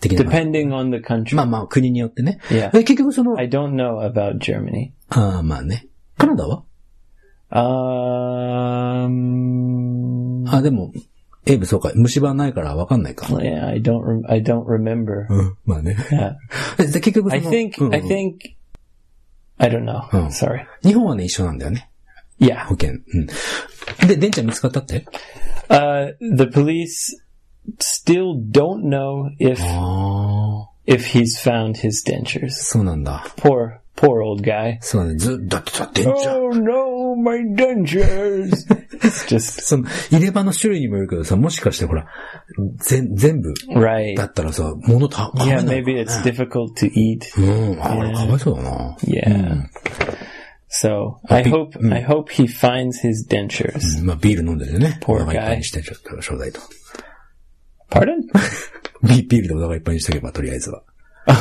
[SPEAKER 2] 的な。
[SPEAKER 1] depending on the country.
[SPEAKER 2] まあまあ、国によってね。
[SPEAKER 1] Yeah.
[SPEAKER 2] え結局その、
[SPEAKER 1] I don't know about Germany.
[SPEAKER 2] ああまあね。カナダは
[SPEAKER 1] Um,
[SPEAKER 2] あ、でも、エイブそうか、虫歯ないからわかんないか。
[SPEAKER 1] yeah, I don't. Rem- I don't remember.
[SPEAKER 2] うん、まあね。
[SPEAKER 1] Yeah.
[SPEAKER 2] えで結局そ
[SPEAKER 1] I
[SPEAKER 2] の、
[SPEAKER 1] think.
[SPEAKER 2] うんうん
[SPEAKER 1] I think. I don't know.
[SPEAKER 2] Hmm.
[SPEAKER 1] Sorry.
[SPEAKER 2] 日本はね、一緒なんだよね。
[SPEAKER 1] Yeah.
[SPEAKER 2] 保険。うん。で、電池見つかったって
[SPEAKER 1] Uh, the police still don't know if
[SPEAKER 2] Oh. ああ。
[SPEAKER 1] if he's found his dentures.
[SPEAKER 2] そうなんだ。
[SPEAKER 1] Poor poor old guy.
[SPEAKER 2] そうなんだ。ず、だってさ、電池。
[SPEAKER 1] Oh, no, my dentures! *laughs* it's just
[SPEAKER 2] その、入れ歯の種類にもよるけどさ、もしかしてほら、全、全部
[SPEAKER 1] right.
[SPEAKER 2] だったらさ、物た、食べ
[SPEAKER 1] Yeah,
[SPEAKER 2] ないのか
[SPEAKER 1] maybe it's difficult to eat.
[SPEAKER 2] うん、あれ、かわいそうだな。
[SPEAKER 1] Yeah. So I hope I Mm. hope he finds his dentures.
[SPEAKER 2] うんまあ、ビール飲んでてね。
[SPEAKER 1] Poor
[SPEAKER 2] お腹いっぱいにして、ちょっと、ちょうだいと。
[SPEAKER 1] *laughs* Pardon?
[SPEAKER 2] ビビールでお腹いっぱいにしておけば、とりあえずは。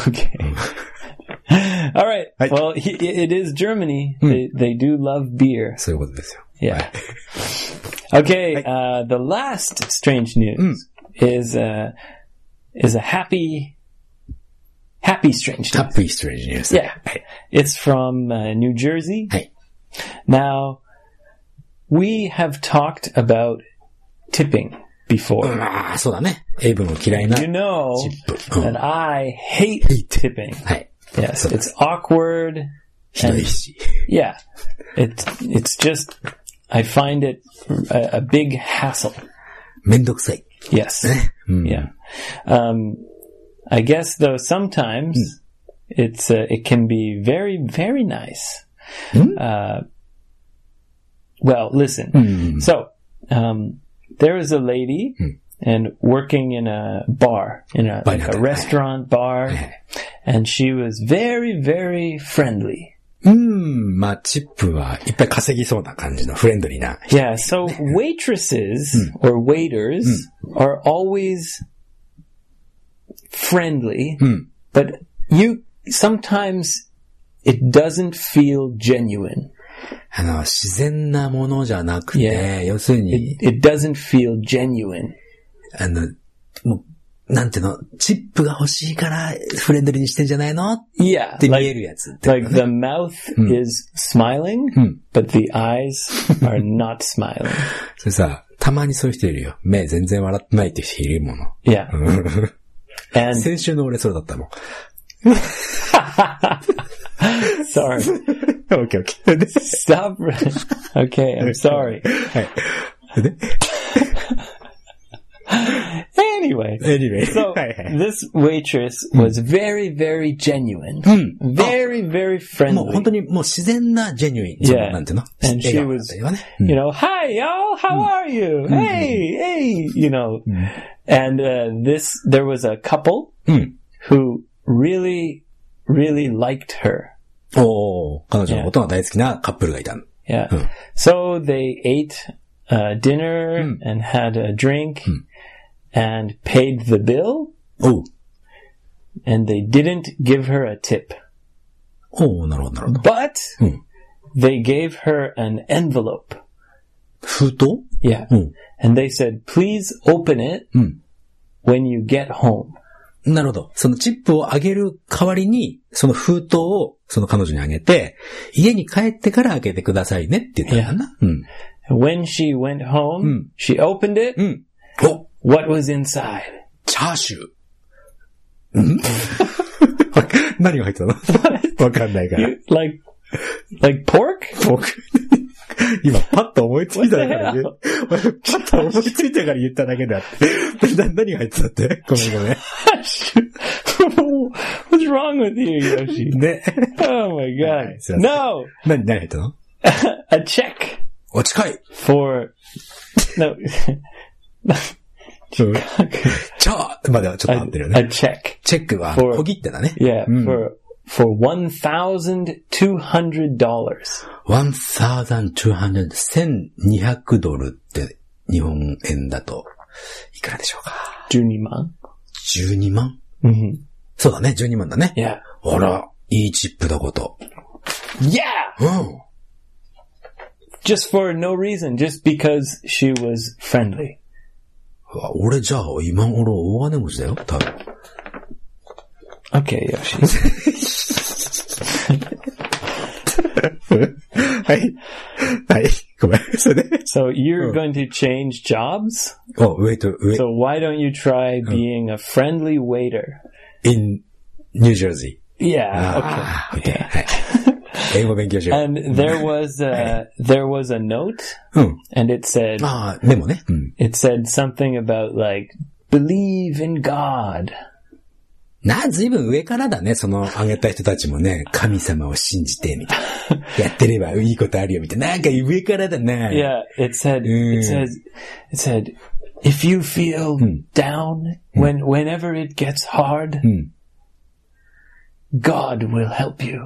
[SPEAKER 1] Okay. *laughs* All right. Well, he, it is Germany. They, they do love beer.
[SPEAKER 2] そういうことですよ。
[SPEAKER 1] Yeah. *laughs* Okay. Uh, the last strange news is uh, is a happy, happy strange
[SPEAKER 2] タ
[SPEAKER 1] news.
[SPEAKER 2] ップイーストレージニュース。
[SPEAKER 1] Yeah. It's from uh, New Jersey.
[SPEAKER 2] Hey.
[SPEAKER 1] Now, we have talked about tipping before.
[SPEAKER 2] まあ、そうだね。エイブの嫌いな。
[SPEAKER 1] You know
[SPEAKER 2] Tip.
[SPEAKER 1] that I hate tipping.
[SPEAKER 2] はい。
[SPEAKER 1] Yes, *laughs*
[SPEAKER 2] そうで
[SPEAKER 1] it's awkward.
[SPEAKER 2] ひどいし。
[SPEAKER 1] Yeah, it's it's just I find it a, a big hassle.
[SPEAKER 2] めんどくさい。
[SPEAKER 1] Yes. Yeah. Um, I guess though sometimes it's uh, it can be very very nice. Uh, well, listen. So um, there is a lady and working in a bar in a
[SPEAKER 2] Bar.
[SPEAKER 1] like a restaurant bar, and she was very very friendly.
[SPEAKER 2] うん、まあ、チップはいっぱい稼ぎそうな感じのフレンドリーな。
[SPEAKER 1] Yeah, so waitresses or waiters are always friendly, but you sometimes it doesn't feel genuine.
[SPEAKER 2] あの、自然なものじゃなくて、要するに、
[SPEAKER 1] It doesn't feel genuine.
[SPEAKER 2] あの、もう、なんていうの、チップが欲しいからフレンドリーにしてんじゃないのっ
[SPEAKER 1] Yeah,
[SPEAKER 2] て見え
[SPEAKER 1] like
[SPEAKER 2] るやつっていう
[SPEAKER 1] like
[SPEAKER 2] のね。
[SPEAKER 1] the mouth is smiling, but the eyes are not smiling.
[SPEAKER 2] それさ、たまにそういう人いるよ。目全然笑ってないって人いるもの。
[SPEAKER 1] Yeah, and
[SPEAKER 2] *laughs* 先週の俺それだったもん。
[SPEAKER 1] sorry,
[SPEAKER 2] オッケーオッケー。で *laughs*
[SPEAKER 1] stop. *laughs* okay, I'm sorry.
[SPEAKER 2] で
[SPEAKER 1] Anyway. anyway,
[SPEAKER 2] Anyway.
[SPEAKER 1] so
[SPEAKER 2] はいはい。
[SPEAKER 1] this waitress
[SPEAKER 2] Hmm.
[SPEAKER 1] was very, very genuine,
[SPEAKER 2] うん。Oh.
[SPEAKER 1] very, very
[SPEAKER 2] もう
[SPEAKER 1] friendly.
[SPEAKER 2] 本当にもう自然なジェニュイン。
[SPEAKER 1] Yeah.
[SPEAKER 2] そのなんていうの
[SPEAKER 1] And she
[SPEAKER 2] 笑顔だったりはね。うん
[SPEAKER 1] You know, hi y'all,
[SPEAKER 2] Hmm.
[SPEAKER 1] how are you? Hey, hey, you know, and uh, this there was a couple
[SPEAKER 2] うん。
[SPEAKER 1] who really, really liked her.
[SPEAKER 2] おー彼女のことが大好きなカップルがいた。
[SPEAKER 1] Yeah.
[SPEAKER 2] Hmm.
[SPEAKER 1] So they ate uh, dinner
[SPEAKER 2] Hmm.
[SPEAKER 1] and had a drink and paid the bill,
[SPEAKER 2] おう。
[SPEAKER 1] and they didn't give her a tip,
[SPEAKER 2] おう、なるほど、なるほど。
[SPEAKER 1] but
[SPEAKER 2] Hmm.
[SPEAKER 1] they gave her an envelope.
[SPEAKER 2] 封筒
[SPEAKER 1] Yeah.
[SPEAKER 2] Hmm.
[SPEAKER 1] And they said, please open it
[SPEAKER 2] Hmm.
[SPEAKER 1] when you get home.
[SPEAKER 2] なるほど。そのチップをあげる代わりに、その封筒をその彼女にあげて、家に帰ってから開けてくださいねって言ったんだな。うん。
[SPEAKER 1] And When she went home,
[SPEAKER 2] Hmm.
[SPEAKER 1] she opened it.
[SPEAKER 2] うん。お
[SPEAKER 1] What was inside?
[SPEAKER 2] チャーシュー。ん *laughs* 何が入って *laughs* たのわかんないから。
[SPEAKER 1] Like, like pork? *laughs*
[SPEAKER 2] 僕、今パッと思いついたから *laughs* 言う、パッと思いついたから言っただけ *laughs* であって。な何が入ってたってごめんごめん。
[SPEAKER 1] What's wrong with you, Yoshi?
[SPEAKER 2] ね。
[SPEAKER 1] Oh my god.
[SPEAKER 2] Nice, that's-
[SPEAKER 1] No!
[SPEAKER 2] 何、何入ったの
[SPEAKER 1] A check
[SPEAKER 2] お、近い
[SPEAKER 1] for.
[SPEAKER 2] *laughs*
[SPEAKER 1] No.
[SPEAKER 2] うんチャーまではちょっと合
[SPEAKER 1] a,
[SPEAKER 2] ってるよね。
[SPEAKER 1] a check.
[SPEAKER 2] チェックは、
[SPEAKER 1] for-
[SPEAKER 2] 小切ってだね。
[SPEAKER 1] Yeah,
[SPEAKER 2] Hmm.
[SPEAKER 1] for for one thousand two hundred dollars.
[SPEAKER 2] 1200、1200ドルって日本円だと、いくらでしょうか
[SPEAKER 1] Juniman.
[SPEAKER 2] ?12 万
[SPEAKER 1] hmm
[SPEAKER 2] Mm-hmm. そうだね、12万だね。
[SPEAKER 1] Yeah.
[SPEAKER 2] あら、いいチップだこと。
[SPEAKER 1] Yeah.
[SPEAKER 2] うん。
[SPEAKER 1] Just for no reason, just because she was friendly.
[SPEAKER 2] うわ俺じゃあ、今頃大金持ちだよ、多分。
[SPEAKER 1] Okay, Yoshi.
[SPEAKER 2] はい。はい。ごめん。それで。
[SPEAKER 1] So you're
[SPEAKER 2] Oh.
[SPEAKER 1] going to change jobs?
[SPEAKER 2] お、ウェイト、ウェイト、
[SPEAKER 1] So why don't you try
[SPEAKER 2] Oh.
[SPEAKER 1] being a friendly waiter?
[SPEAKER 2] in New Jersey. Ah.
[SPEAKER 1] Yeah. okay.
[SPEAKER 2] ああ、OK。はい。 *laughs* 英語勉強しよ
[SPEAKER 1] And there was
[SPEAKER 2] *laughs*
[SPEAKER 1] a there was a note,
[SPEAKER 2] う。うん。
[SPEAKER 1] and it said
[SPEAKER 2] まあ、でもね。うん。
[SPEAKER 1] it said something about like believe in God.
[SPEAKER 2] な、ずいぶん上からだね、その、あげた人たちもね、神様を信じて、みたいな。やってればいいことあるよ、みたいな。なんか上からだな。
[SPEAKER 1] Yeah, it said
[SPEAKER 2] Mm. Hmm.
[SPEAKER 1] it says it said if you feel down when whenever it gets hard,
[SPEAKER 2] Mm.
[SPEAKER 1] God will help you.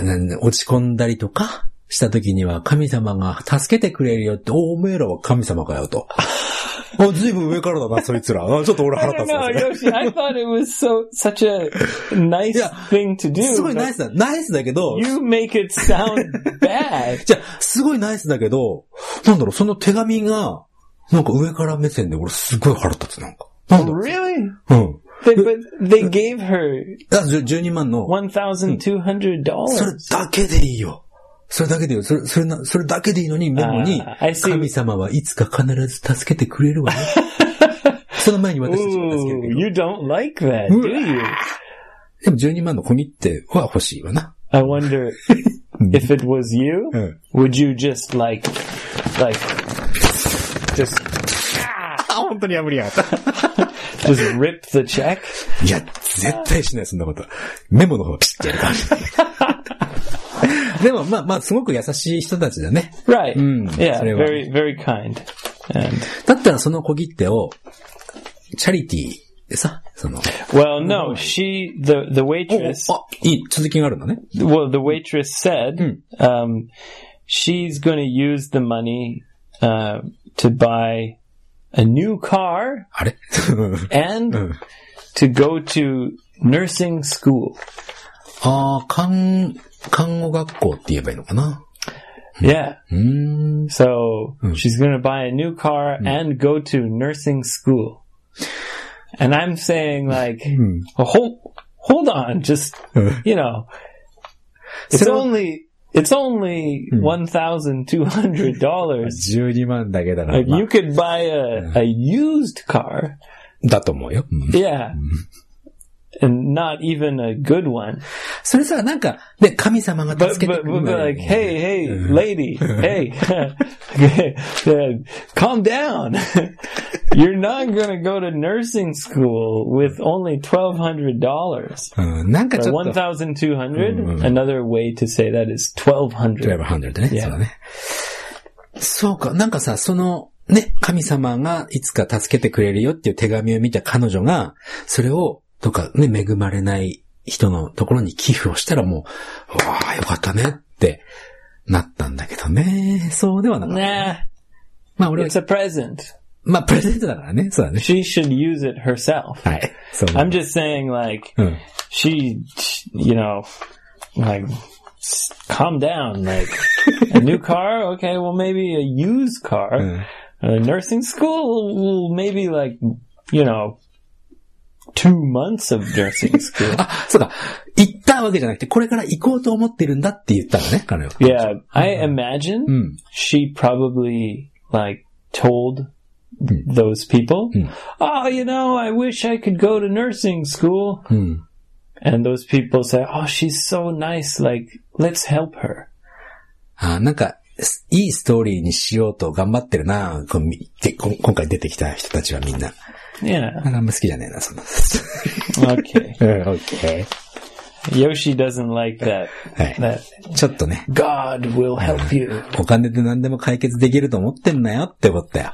[SPEAKER 2] なん落ち込んだりとか、した時には神様が助けてくれるよって、おおめえらは神様かよ *laughs* と。あ、ずいぶん上からだな、そいつら。あちょっと俺腹
[SPEAKER 1] I don't
[SPEAKER 2] 立つわ
[SPEAKER 1] know,
[SPEAKER 2] それ
[SPEAKER 1] Yoshi. I thought it was so such a nice
[SPEAKER 2] Yeah.
[SPEAKER 1] thing to do.
[SPEAKER 2] すごい
[SPEAKER 1] but
[SPEAKER 2] ナイスだ。ナイスだけど、
[SPEAKER 1] You make it
[SPEAKER 2] *laughs*
[SPEAKER 1] sound bad.
[SPEAKER 2] じゃあすごいナイスだけど、なんだろう、その手紙が、なんか上から目線で俺すごい腹立つ、なんか。なんだろ
[SPEAKER 1] really?
[SPEAKER 2] う。うん。
[SPEAKER 1] They, but they gave her
[SPEAKER 2] あ、じゅ12万の、
[SPEAKER 1] one thousand two hundred
[SPEAKER 2] それ
[SPEAKER 1] dollars.
[SPEAKER 2] だけでいいよ。それだけでいいよ。それ、それな、それだけでいいのに、メモに
[SPEAKER 1] あー I、see
[SPEAKER 2] 神様はいつか必ず助けてくれ *laughs* るわよ。その前に私たちが助け
[SPEAKER 1] Ooh,
[SPEAKER 2] るけど。
[SPEAKER 1] you don't like that, do you?
[SPEAKER 2] でも12万のコミっては欲しいわな。
[SPEAKER 1] I
[SPEAKER 2] *laughs*
[SPEAKER 1] wonder if it was you,
[SPEAKER 2] Mm.
[SPEAKER 1] would you just like, like, just,
[SPEAKER 2] あ、本当に破りやがった。
[SPEAKER 1] just rip the check?
[SPEAKER 2] いや、絶対しない、そんなこと。メモの方がピシッてやる *laughs* から。でも、まあまあ、すごく優しい人たちだね。
[SPEAKER 1] Right.
[SPEAKER 2] Mm,
[SPEAKER 1] yeah.
[SPEAKER 2] very well.
[SPEAKER 1] Very, very kind. And
[SPEAKER 2] だったらその小切手を、チャリティーでさ、その、
[SPEAKER 1] well,
[SPEAKER 2] Hmm.
[SPEAKER 1] no, she, the,
[SPEAKER 2] Oh,
[SPEAKER 1] the waitress,
[SPEAKER 2] あ、いい、続きがあるのね。
[SPEAKER 1] well, the waitress said, um, she's going to use the money, uh, to buy a new car
[SPEAKER 2] あれ
[SPEAKER 1] and
[SPEAKER 2] Mm.
[SPEAKER 1] to go to nursing school.
[SPEAKER 2] ああ、看、看護学校って言えばいいのかな。
[SPEAKER 1] Yeah.
[SPEAKER 2] うーん。
[SPEAKER 1] So she's going to buy a new car and go to nursing school. And I'm saying like, oh, hold, hold on, just, you know, it's
[SPEAKER 2] So-
[SPEAKER 1] only, it's only $1,200.
[SPEAKER 2] 12万だけだから、
[SPEAKER 1] Like
[SPEAKER 2] ま
[SPEAKER 1] you could buy a, a used car.
[SPEAKER 2] あだと思うよ。うん
[SPEAKER 1] Yeah. and not even a good one.
[SPEAKER 2] それさ、なんか、ね、神様が
[SPEAKER 1] But
[SPEAKER 2] 助けて
[SPEAKER 1] but,
[SPEAKER 2] くれる
[SPEAKER 1] but,
[SPEAKER 2] んだ
[SPEAKER 1] but
[SPEAKER 2] よ
[SPEAKER 1] like, hey, hey, lady, hey, *laughs* uh, calm down. *laughs* You're not gonna go to nursing school with only twelve hundred dollars.
[SPEAKER 2] うん、なんかちょっと、
[SPEAKER 1] 1,200? Another way to say that is 1,200.
[SPEAKER 2] 1200ね。
[SPEAKER 1] Yeah.
[SPEAKER 2] そうだね。そうか、なんかさ、その、ね、神様がいつか助けてくれるよっていう手紙を見た彼女が、それを、とかね、恵まれない人のところに寄付をしたらもう、うわあ、よかったねってなったんだけどね。そうではなかった。
[SPEAKER 1] Nah,
[SPEAKER 2] まあ俺は
[SPEAKER 1] it's、a present.
[SPEAKER 2] まあプレゼントだからね。そうだね。
[SPEAKER 1] She should use it herself.
[SPEAKER 2] はい。そう。
[SPEAKER 1] I'm just saying, like,
[SPEAKER 2] うん。
[SPEAKER 1] she, you know, like, s- calm down. Like, a new car? Okay, well, maybe a used car.
[SPEAKER 2] Mm.
[SPEAKER 1] Uh, nursing school? Well, maybe, like, you know, two months of nursing
[SPEAKER 2] *laughs*
[SPEAKER 1] school.
[SPEAKER 2] あ、そうか。行ったわけじゃなくて、これから行こうと思ってるんだって言ったのね、彼は。
[SPEAKER 1] yeah, I imagine
[SPEAKER 2] うん。
[SPEAKER 1] she probably like told those people, "Oh, you know, I wish I could go to nursing school."
[SPEAKER 2] うん。
[SPEAKER 1] And those people say, "Oh, she's so nice. Like, let's help her."
[SPEAKER 2] あなんか、すいいストーリーにしようと頑張ってるなこうみでこ今回出てきた人たちはみんな。
[SPEAKER 1] Yeah.
[SPEAKER 2] あんま好きじゃねえな、そんな。
[SPEAKER 1] Okay.
[SPEAKER 2] うん、オッケ
[SPEAKER 1] Yoshi doesn't like that.
[SPEAKER 2] ー。は
[SPEAKER 1] That
[SPEAKER 2] い。ちょっとね、
[SPEAKER 1] God will help you.
[SPEAKER 2] お金で何でも解決できると思ってんなよって思ったよ。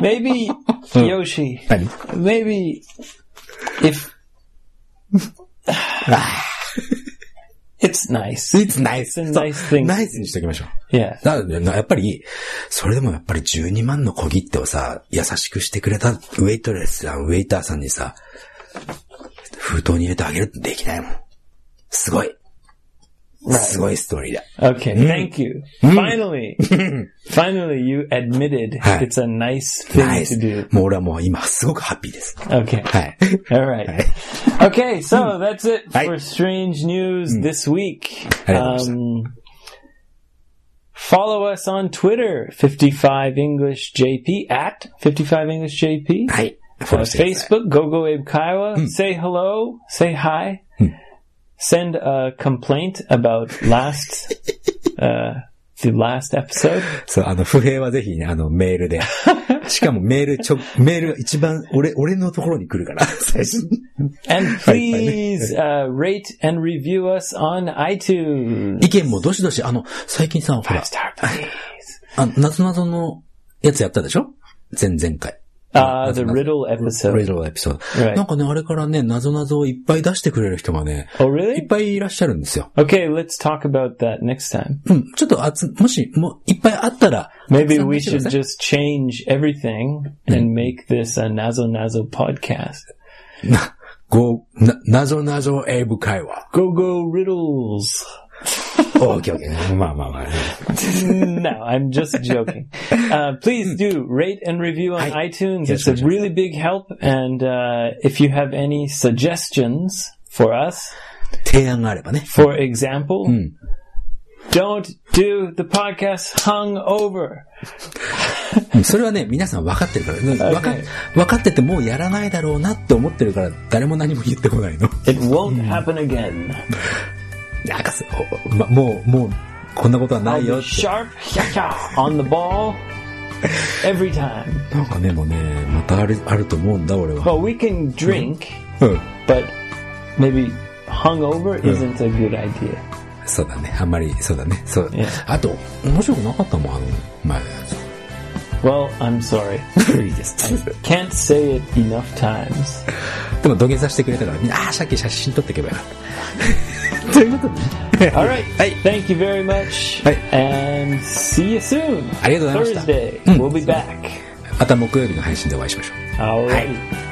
[SPEAKER 1] Maybe Yoshi.
[SPEAKER 2] 何
[SPEAKER 1] Maybe if *sighs* it's nice.
[SPEAKER 2] スイーツナイス。
[SPEAKER 1] It's a nice thing.
[SPEAKER 2] ナイスにしときましょう。
[SPEAKER 1] Yeah.
[SPEAKER 2] だなやっぱり、それでもやっぱり12万の小切手をさ、優しくしてくれたウェイトレスさん、ウェイターさんにさ、封筒に入れてあげるってできないもん。すごい。すごいストーリーだ。
[SPEAKER 1] Okay, thank you. Finally, finally, you admitted
[SPEAKER 2] Hi.
[SPEAKER 1] it's a nice thing
[SPEAKER 2] ナイス
[SPEAKER 1] to do.。
[SPEAKER 2] もう俺はもう今すごくハッピーです。
[SPEAKER 1] Okay,
[SPEAKER 2] はい。
[SPEAKER 1] all right. Hmm. Okay, so that's it
[SPEAKER 2] Hi.
[SPEAKER 1] for strange news this week.
[SPEAKER 2] Hey, Lars.
[SPEAKER 1] Um, follow us on Twitter, 55EnglishJP, at 55EnglishJP.
[SPEAKER 2] はい。フォ
[SPEAKER 1] Uh,
[SPEAKER 2] ローしてください
[SPEAKER 1] Facebook, Gogo Abe Kiowa. Say hello, say hi. Send a complaint about *laughs* last, uh, the last episode.
[SPEAKER 2] そう、あの、不平はぜひね、あの、メー *laughs* ルで。しかもメールちょ、メール一番、俺、俺のところに来るから、最初に。
[SPEAKER 1] And please uh, rate and review us on iTunes.
[SPEAKER 2] 意見もどしどし、あの、最近さ、ほら
[SPEAKER 1] Five、star, please.
[SPEAKER 2] あ、なぞなぞのやつやったでしょ前々回。
[SPEAKER 1] Uh, the riddle
[SPEAKER 2] それ
[SPEAKER 1] episode.
[SPEAKER 2] ぞれのエピソー
[SPEAKER 1] Right.
[SPEAKER 2] ド。なんかね、あれからね、なぞなぞをいっぱい出してくれる人がね、
[SPEAKER 1] Oh,
[SPEAKER 2] いっ
[SPEAKER 1] really?
[SPEAKER 2] ぱいいらっしゃるんですよ。
[SPEAKER 1] Okay, let's talk about that next time.
[SPEAKER 2] うん。ちょっとあつ、もし、もう、いっぱいあったら、
[SPEAKER 1] Maybe
[SPEAKER 2] たくさん
[SPEAKER 1] we
[SPEAKER 2] 見せてく
[SPEAKER 1] should
[SPEAKER 2] ださい
[SPEAKER 1] just change everything and make this a Nazo Nazo podcast.
[SPEAKER 2] な、ご、な、なぞなぞ英語会話。
[SPEAKER 1] Go go riddles. *laughs*
[SPEAKER 2] オーケーオーケー。まあまあまあ。
[SPEAKER 1] no, I'm just joking. Uh, please do rate and review on iTunes. It's a really big help. And uh, if you have any suggestions for us,
[SPEAKER 2] 提案があればね。
[SPEAKER 1] For example, don't do the podcast hung over.
[SPEAKER 2] うんそれはね、皆さん分かってるから。ね分か
[SPEAKER 1] Okay.、
[SPEAKER 2] 分かっててもうやらないだろうなって思ってるから、誰も何も言ってこないの。
[SPEAKER 1] It won't happen again.
[SPEAKER 2] なんかす、おま、もう、もう、こんなことはな
[SPEAKER 1] I'll
[SPEAKER 2] いよ
[SPEAKER 1] be
[SPEAKER 2] って。
[SPEAKER 1] sharp yeah, yeah, *laughs* on the ball every time.
[SPEAKER 2] なんかね、もうね、またある、あると思うんだ、俺は。
[SPEAKER 1] Well, we can drink,
[SPEAKER 2] うん。
[SPEAKER 1] but maybe hung over isn't a good idea.
[SPEAKER 2] そうだね、あんまり、そうだね、そう
[SPEAKER 1] ええ。
[SPEAKER 2] あと、面白くなかったもん、あの、前のや
[SPEAKER 1] Well, I'm *laughs* sorry.
[SPEAKER 2] つ。いいです。
[SPEAKER 1] Can't say it enough times.
[SPEAKER 2] *laughs* でも、土下座してくれたから、みんな、ああ、さっき写真撮ってけばよか *laughs* った。ということでね、
[SPEAKER 1] All right. Thank you very much.
[SPEAKER 2] Hey.
[SPEAKER 1] And see you soon.
[SPEAKER 2] ありがとうございました。
[SPEAKER 1] Hmm. Thursday, we'll be back.
[SPEAKER 2] また木曜日の配信でお会いしましょう。
[SPEAKER 1] All right.